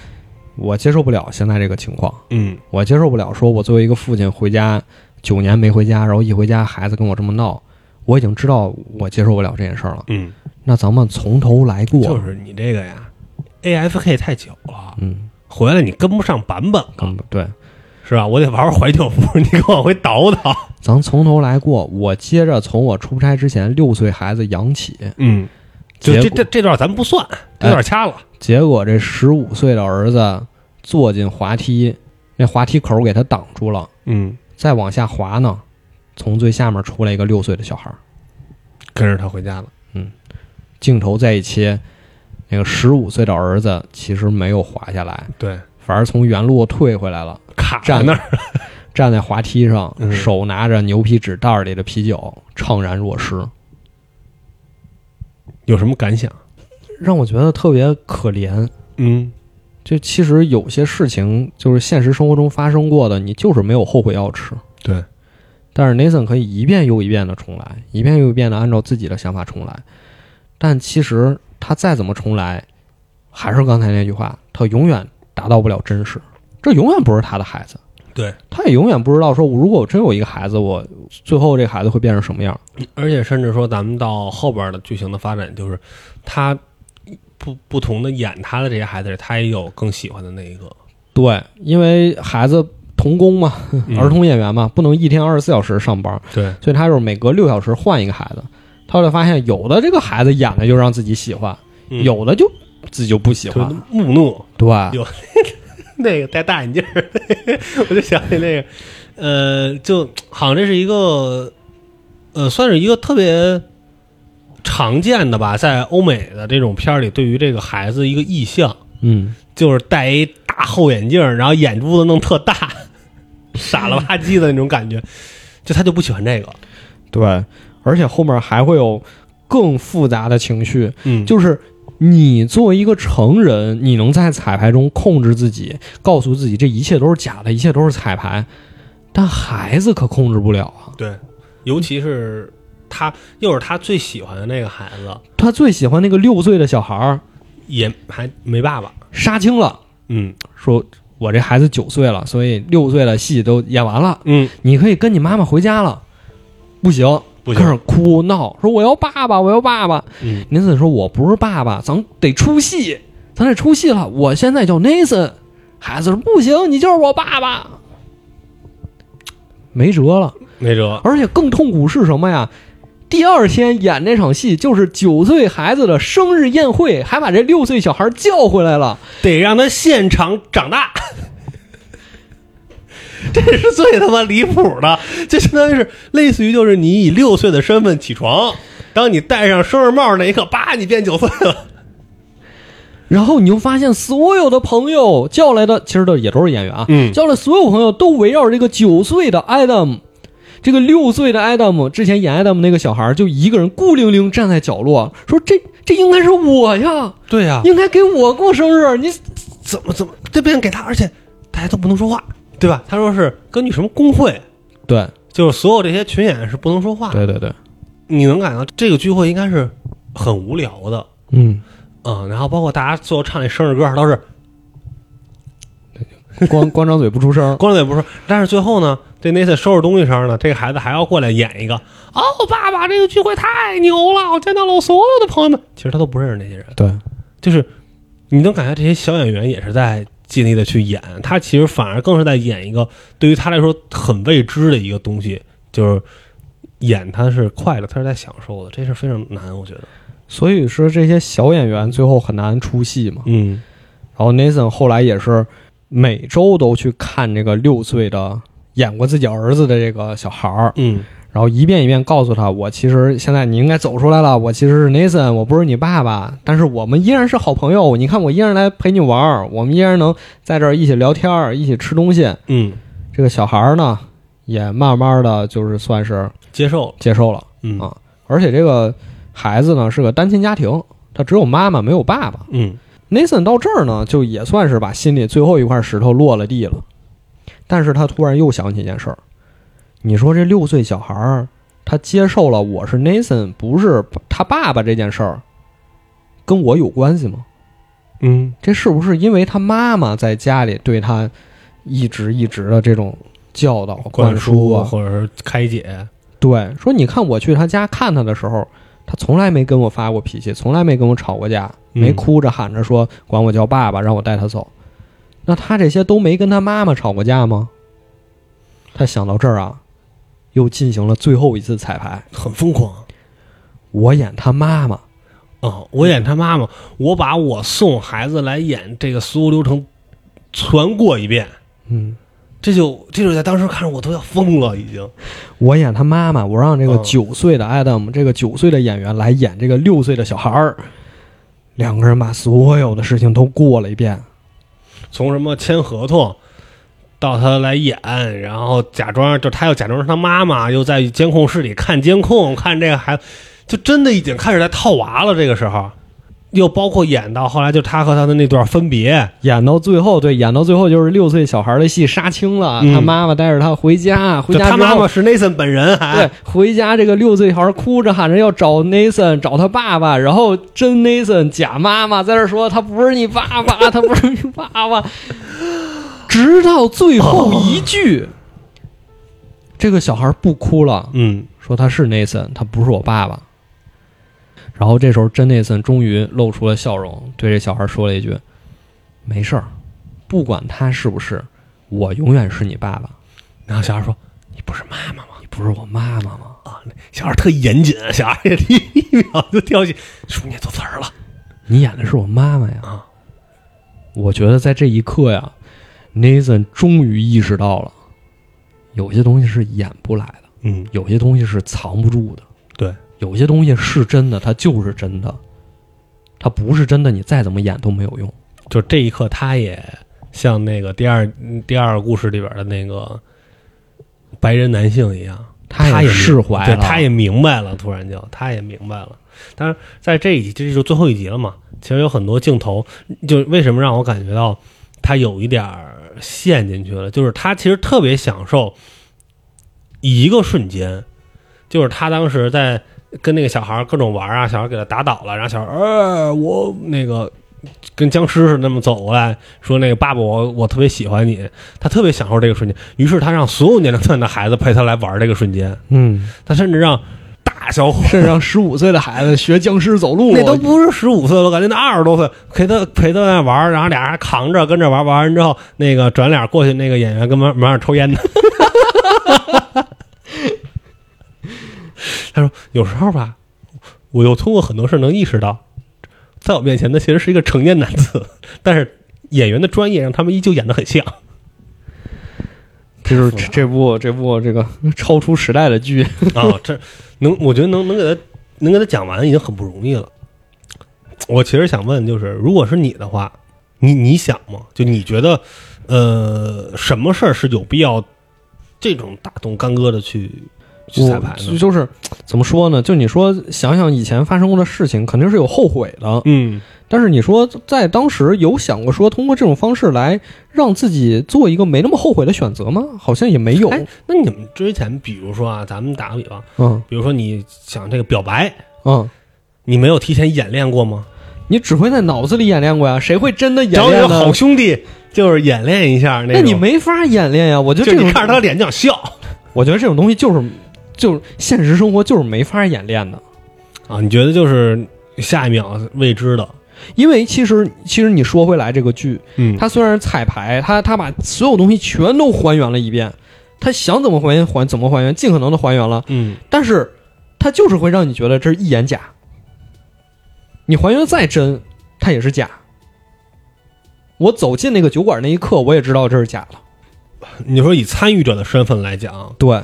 S1: 我接受不了现在这个情况，
S2: 嗯
S1: 我接受不了，说我作为一个父亲回家九年没回家，然后一回家孩子跟我这么闹，我已经知道我接受不了这件事儿了。
S2: 嗯，
S1: 那咱们从头来过，
S2: 就是你这个呀，AFK 太久了，
S1: 嗯，
S2: 回来你跟不上版本了，
S1: 根本对，
S2: 是吧？我得玩玩怀旧服，你给我往回倒倒。
S1: 咱从头来过。我接着从我出差之前六岁孩子养起，
S2: 嗯，哎就这
S1: 结果
S2: 这这段咱不算，这段掐了。
S1: 结果这十五岁的儿子坐进滑梯，那滑梯口给他挡住了，
S2: 嗯，
S1: 再往下滑呢，从最下面出来一个六岁的小孩儿。
S2: 跟着他回家了。
S1: 镜头再一切，那个十五岁的儿子其实没有滑下来，
S2: 对，
S1: 反而从原路退回来了，
S2: 卡在
S1: 站
S2: 那儿。
S1: *laughs* 站在滑梯上，
S2: 嗯
S1: 手拿着牛皮纸袋里的啤酒，怅然若失，
S2: 有什么感想？
S1: 让我觉得特别可怜。
S2: 嗯
S1: 就其实有些事情就是现实生活中发生过的，你就是没有后悔药吃。
S2: 对，
S1: 但是 Nathan 可以一遍又一遍的重来，一遍又一遍的按照自己的想法重来。但其实他再怎么重来，还是刚才那句话，他永远达到不了真实。这永远不是他的孩子，
S2: 对，
S1: 他也永远不知道说，如果我真有一个孩子，我最后这孩子会变成什么样。
S2: 而且甚至说，咱们到后边的剧情的发展，就是他不不同的演他的这些孩子，他也有更喜欢的那一个。
S1: 对，因为孩子童工嘛，
S2: 嗯
S1: 儿童演员嘛，不能一天二十四小时上班，
S2: 对，
S1: 所以他就是每隔六小时换一个孩子。他就发现，有的这个孩子演的就让自己喜欢，
S2: 嗯
S1: 有的就自己就不喜
S2: 就
S1: 欢。
S2: 木讷，
S1: 对，
S2: *laughs* 那个戴大眼镜儿， *laughs* 我就想起那个，呃，就好像这是一个，呃，算是一个特别常见的吧，在欧美的这种片儿里，对于这个孩子一个意向，
S1: 嗯，
S2: 就是戴一大厚眼镜儿，然后眼珠子弄特大， *laughs* 傻了吧唧的那种感觉，就他就不喜欢这个，
S1: 对，而且后面还会有更复杂的情绪，
S2: 嗯，
S1: 就是你作为一个成人，你能在彩排中控制自己，告诉自己这一切都是假的，一切都是彩排，但孩子可控制不了啊。
S2: 对，尤其是他又是他最喜欢的那个孩子，
S1: 他最喜欢那个六岁的小孩儿
S2: 也还没爸爸，
S1: 杀青了，
S2: 嗯
S1: 说我这孩子九岁了，所以六岁的戏都演完了，
S2: 嗯，
S1: 你可以跟你妈妈回家了。不行，
S2: 不
S1: 开
S2: 行，
S1: 始哭闹，说我要爸爸，我要爸爸。
S2: 嗯，
S1: Nathan 说：“我不是爸爸，咱得出戏，咱得出戏了。我现在叫 Nathan。”孩子说：“不行，你就是我爸爸。”没辙了。
S2: 没辙，
S1: 而且更痛苦是什么呀？第二天演那场戏就是九岁孩子的生日宴会，还把这六岁小孩叫回来了。
S2: 得让他现场长大。 *laughs* 这是最他妈离谱的，这相当于是类似于就是你以六岁的身份起床，当你戴上生日帽那一刻，叭，你变九岁了。
S1: 然后你就发现所有的朋友叫来的，其实都也都是演员啊，
S2: 嗯
S1: 叫来所有朋友都围绕着这个九岁的 Adam，这个六岁的 Adam，之前演 Adam 那个小孩就一个人孤零零站在角落，说这这应该是我呀，
S2: 对呀、
S1: 应该给我过生日，你
S2: 怎么怎么这边给他，而且大家都不能说话，对吧？他说是根据什么工会，
S1: 对
S2: 就是所有这些群演是不能说话。
S1: 对对对，
S2: 你能感觉到这个聚会应该是很无聊的，
S1: 嗯，
S2: 嗯，然后包括大家最后唱那生日歌都是
S1: *laughs* 光光张嘴不出声，
S2: 光磊不是，但是最后呢，这那次收拾东西时候呢，这个孩子还要过来演一个哦，爸爸这个聚会太牛了，我见到了我所有的朋友们，其实他都不认识那些人，
S1: *laughs* 对，
S2: 就是你能感觉这些小演员也是在尽力的去演，他其实反而更是在演一个对于他来说很未知的一个东西，就是演他是快乐，他是在享受的，这是非常难，我觉得，
S1: 所以说这些小演员最后很难出戏嘛。
S2: 嗯
S1: 然后 Nathan 后来也是每周都去看这个六岁的演过自己儿子的这个小孩儿，
S2: 嗯
S1: 然后一遍一遍告诉他，我其实现在你应该走出来了，我其实是 Nathan，我不是你爸爸，但是我们依然是好朋友。你看我依然来陪你玩儿，我们依然能在这儿一起聊天儿，一起吃东西。
S2: 嗯，
S1: 这个小孩儿呢，也慢慢的就是算是
S2: 接受了，
S1: 接受了，
S2: 嗯
S1: 啊而且这个孩子呢是个单亲家庭，他只有妈妈没有爸爸。
S2: 嗯
S1: Nathan 到这儿呢，就也算是把心里最后一块石头落了地了。但是他突然又想起一件事儿，你说这六岁小孩儿，他接受了我是 Nathan 不是他爸爸这件事儿，跟我有关系吗？
S2: 嗯
S1: 这是不是因为他妈妈在家里对他一直一直的这种教导灌输啊？
S2: 或者是开解，
S1: 对，说你看我去他家看他的时候，他从来没跟我发过脾气，从来没跟我吵过架，
S2: 嗯
S1: 没哭着喊着说管我叫爸爸，让我带他走。那他这些都没跟他妈妈吵过架吗？他想到这儿啊，又进行了最后一次彩排。
S2: 很疯狂。
S1: 我演他妈妈，
S2: 哦，我演他妈妈，我把我送孩子来演这个所有流程全过一遍，
S1: 嗯，
S2: 这就这就在当时看着我都要疯了，已经。
S1: 我演他妈妈，我让这个
S2: 嗯
S1: 九岁的 Adam，、这个九岁的演员来演这个六岁的小孩儿，两个人把所有的事情都过了一遍。
S2: 从什么签合同，到他来演，然后假装就他又假装是他妈妈，又在监控室里看监控，看这个孩子，就真的已经开始在套娃了。这个时候，又包括演到后来就他和他的那段分别，
S1: 演到最后，对，演到最后就是六岁小孩的戏杀青了，
S2: 嗯
S1: 他妈妈带着他回家，回
S2: 就
S1: 家
S2: 他
S1: 之
S2: 妈
S1: 后
S2: 妈是 Nathan 本人还，
S1: 对，回家这个六岁小孩哭着喊着要找 Nathan，找他爸爸，然后真 Nathan 假妈妈在这说他不是你爸爸，他不是你爸爸，直到最后一句，这个小孩不哭了，
S2: 嗯，
S1: 说他是 Nathan，他不是我爸爸。然后这时候真 Nathan 终于露出了笑容，对这小孩说了一句：“没事儿，不管他是不是，我永远是你爸爸。
S2: 然后小孩说：“你不是妈妈吗？”
S1: 你不是我妈妈吗？
S2: 小孩特严谨，小孩也一一秒就跳起，叔念错词儿了。
S1: 你演的是我妈妈呀！”
S2: 啊
S1: 我觉得在这一刻呀，Nathan 终于意识到了，有些东西是演不来的，
S2: 嗯，
S1: 有些东西是藏不住的，
S2: 对，
S1: 有些东西是真的，它就是真的，它不是真的，你再怎么演都没有用。
S2: 就这一刻，他也像那个第二嗯第二个故事里边的那个白人男性一样，
S1: 他也
S2: 也
S1: 释怀
S2: 对，
S1: 了
S2: 他也明白了，突然就他也明白了。但是在这一集，这就是最后一集了嘛，其实有很多镜头，就为什么让我感觉到他有一点儿陷进去了，就是他其实特别享受一个瞬间，就是他当时在跟那个小孩儿各种玩儿啊，小孩儿给他打倒了，然后小孩儿呃我那个跟僵尸似的那么走过来，说那个爸爸我我特别喜欢你，他特别享受这个瞬间，于是他让所有年龄段的孩子陪他来玩这个瞬间，
S1: 嗯，
S2: 他甚至让大小伙。
S1: 甚至让十五岁的孩子学僵尸走路，
S2: 那都不是十五岁了，我感觉那二十多岁陪他陪他那玩儿，然后俩人还扛着跟着玩儿，玩完之后那个转脸过去，那个演员跟门门上抽烟呢。 *laughs* 他说：“有时候吧，我又通过很多事儿能意识到，在我面前的其实是一个成年男子，但是演员的专业让他们依旧演得很像。
S1: 这就是这这部这部这个超出时代的剧，
S2: 啊，这能，我觉得能能给他能给他讲完已经很不容易了。我其实想问，就是如果是你的话，你你想吗？就你觉得，呃，什么事儿是有必要这种大动干戈的去去彩排
S1: 我
S2: 呢？
S1: 就是怎么说呢？就你说想想以前发生过的事情，肯定是有后悔的。
S2: 嗯
S1: 但是你说在当时有想过说通过这种方式来让自己做一个没那么后悔的选择吗？好像也没有。
S2: 哎那你们之前，比如说啊，咱们打个比方，
S1: 嗯
S2: 比如说你想这个表白，
S1: 嗯，
S2: 你没有提前演练过吗？
S1: 你只会在脑子里演练过呀，谁会真的演
S2: 找你
S1: 练
S2: 的
S1: 呢
S2: 好？兄弟，就是演练一下那
S1: 那
S2: 种
S1: 你没法演练呀。我觉
S2: 就
S1: 得这
S2: 你
S1: 种，
S2: 看着他脸就想笑
S1: 我觉得这种东西就是就是现实生活就是没法演练的。
S2: 啊！你觉得就是下一秒未知的，
S1: 因为其实其实你说回来这个剧，
S2: 嗯
S1: 它虽然是彩排，它它把所有东西全都还原了一遍，它想怎么还原还怎么还原，尽可能的还原了，
S2: 嗯，
S1: 但是它就是会让你觉得这是一眼假。你还原得再真，它也是假。我走进那个酒馆那一刻，我也知道这是假的。
S2: 你说以参与者的身份来讲，
S1: 对，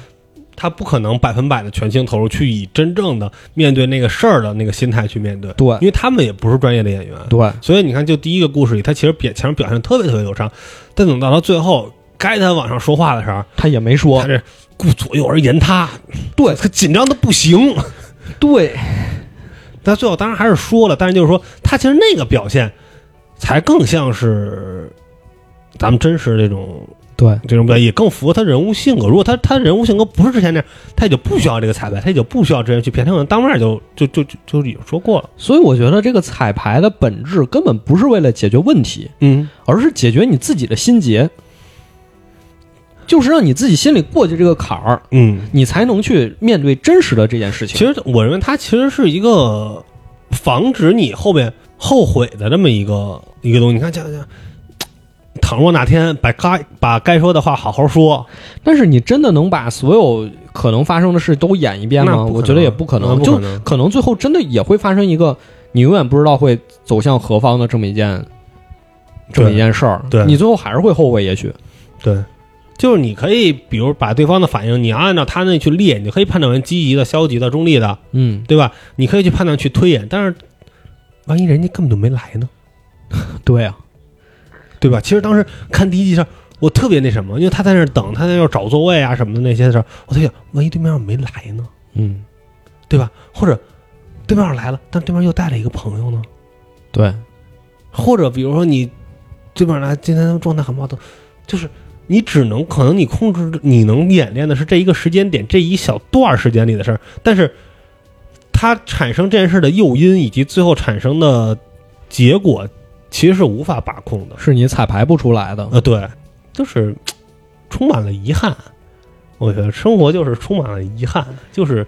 S2: 他不可能百分百的全情投入去以真正的面对那个事儿的那个心态去面对，
S1: 对
S2: 因为他们也不是专业的演员，
S1: 对，
S2: 所以你看，就第一个故事里，他其实表前面表现得特别特别流畅，但等到他最后该他往上说话的时候，
S1: 他也没说
S2: 他。这顾左右而言他，
S1: 对
S2: 他紧张的不行。
S1: 对，
S2: 但最后当然还是说了，但是就是说，他其实那个表现才更像是咱们真实这种
S1: 对，
S2: 这种表演也更符合他人物性格。如果他他人物性格不是之前那样，他也就不需要这个彩排，他也就不需要真人去骗。他可能当面就就就就就已经说过了。
S1: 所以我觉得这个彩排的本质根本不是为了解决问题，
S2: 嗯，
S1: 而是解决你自己的心结，就是让你自己心里过去这个坎儿，
S2: 嗯，
S1: 你才能去面对真实的这件事
S2: 其
S1: 情。
S2: 实我认为他其实是一个防止你后面后悔的这么一个一个东西。你看，讲讲，倘若哪天把该把该说的话好好说，
S1: 但是你真的能把所有可能发生的事都演一遍
S2: 那
S1: 吗？
S2: 不可能啊
S1: 我觉得也不可
S2: 那
S1: 能，
S2: 不可
S1: 就
S2: 能
S1: 可能最后真的也会发生一个你永远不知道会走向何方的这么一件这么一件事儿。
S2: 对
S1: 你最后还是会后悔，也许。
S2: 对，就是你可以比如把对方的反应，你按照他那去列，你可以判断为积极的、消极的、中立的，
S1: 嗯，
S2: 对吧？你可以去判断去推演，但是万一人家根本就没来呢，
S1: 对啊，
S2: 对吧？其实当时看第一集的时，候，我特别那什么，因为他在那儿等，他在那儿找座位啊什么的那些的时候，我在想，万一对面要没来呢，
S1: 嗯，
S2: 对吧？或者对面要来了，但对面又带了一个朋友呢，
S1: 对，
S2: 或者比如说你对面来今天状态很不好，都就是。你只能可能你控制你能演练的是这一个时间点这一小段儿时间里的事儿，但是它产生这件事的诱因以及最后产生的结果，其实是无法把控的。
S1: 是你彩排不出来的。
S2: 呃，对，就是嘖充满了遗憾。我觉得生活就是充满了遗憾，就是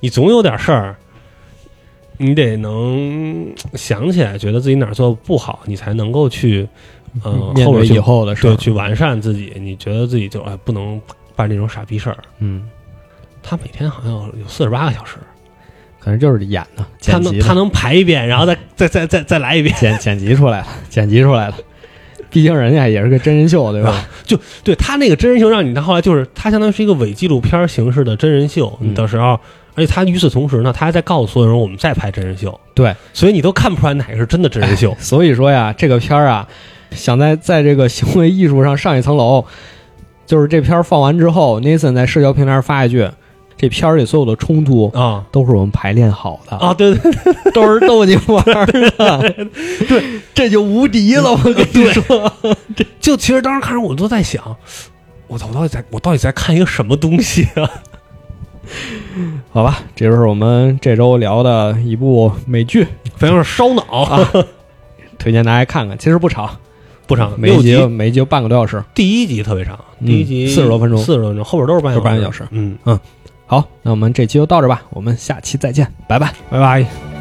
S2: 你总有点事儿，你得能嘖想起来，觉得自己哪儿做得不好，你才能够去呃
S1: 面
S2: 后
S1: 对
S2: 边
S1: 以
S2: 去
S1: 后的事儿
S2: 对，去完善自己。你觉得自己就哎不能办这种傻逼事儿。
S1: 嗯，
S2: 他每天好像有有四十八个小时，
S1: 可能就是演的，
S2: 他
S1: 剪
S2: 能
S1: 辑
S2: 他
S1: 的，
S2: 能排一遍，然后再再再再再来一遍。 *laughs*
S1: 剪剪辑出来了，剪辑出来了。毕竟人家也是个真人秀，对吧？
S2: 啊对他那个真人秀，让你到后来就是他相当于是一个伪纪录片形式的真人秀，
S1: 嗯
S2: 你到时候，而且他与此同时呢，他还在告诉所有人我们在拍真人秀，
S1: 对，
S2: 所以你都看不出来哪个是真的真人 *laughs* 秀。
S1: *laughs* 所以说呀，这个片儿啊，想在在这个行为艺术上上一层楼，就是这片儿放完之后，Nathan 在社交平台上发一句：“这片儿里所有的冲突
S2: 啊
S1: 都是我们排练好的，
S2: 啊，对对
S1: *laughs* 都是逗你玩儿的。”
S2: *laughs*
S1: 对，这就无敌了，我跟你说。
S2: 对，就其实当时看着我都在想，我操，我到底在我到底在看一个什么东西啊？ *laughs*
S1: 好吧，这就是我们这周聊的一部美剧，
S2: 反正是烧脑，
S1: 推荐大家看看，其实不长，
S2: 啊不长，
S1: 每一
S2: 六
S1: 集
S2: 集，
S1: 每一集半个多小时。
S2: 第一集特别长，
S1: 嗯
S2: 第一集
S1: 40多分钟
S2: 四十多分钟，后边都是半
S1: 都是半
S2: 个
S1: 个
S2: 小
S1: 小
S2: 时
S1: 时。
S2: 嗯，
S1: 好，那我们这期就到这吧，我们下期再见，拜拜。
S2: 拜
S1: 拜
S2: 拜。
S1: 拜。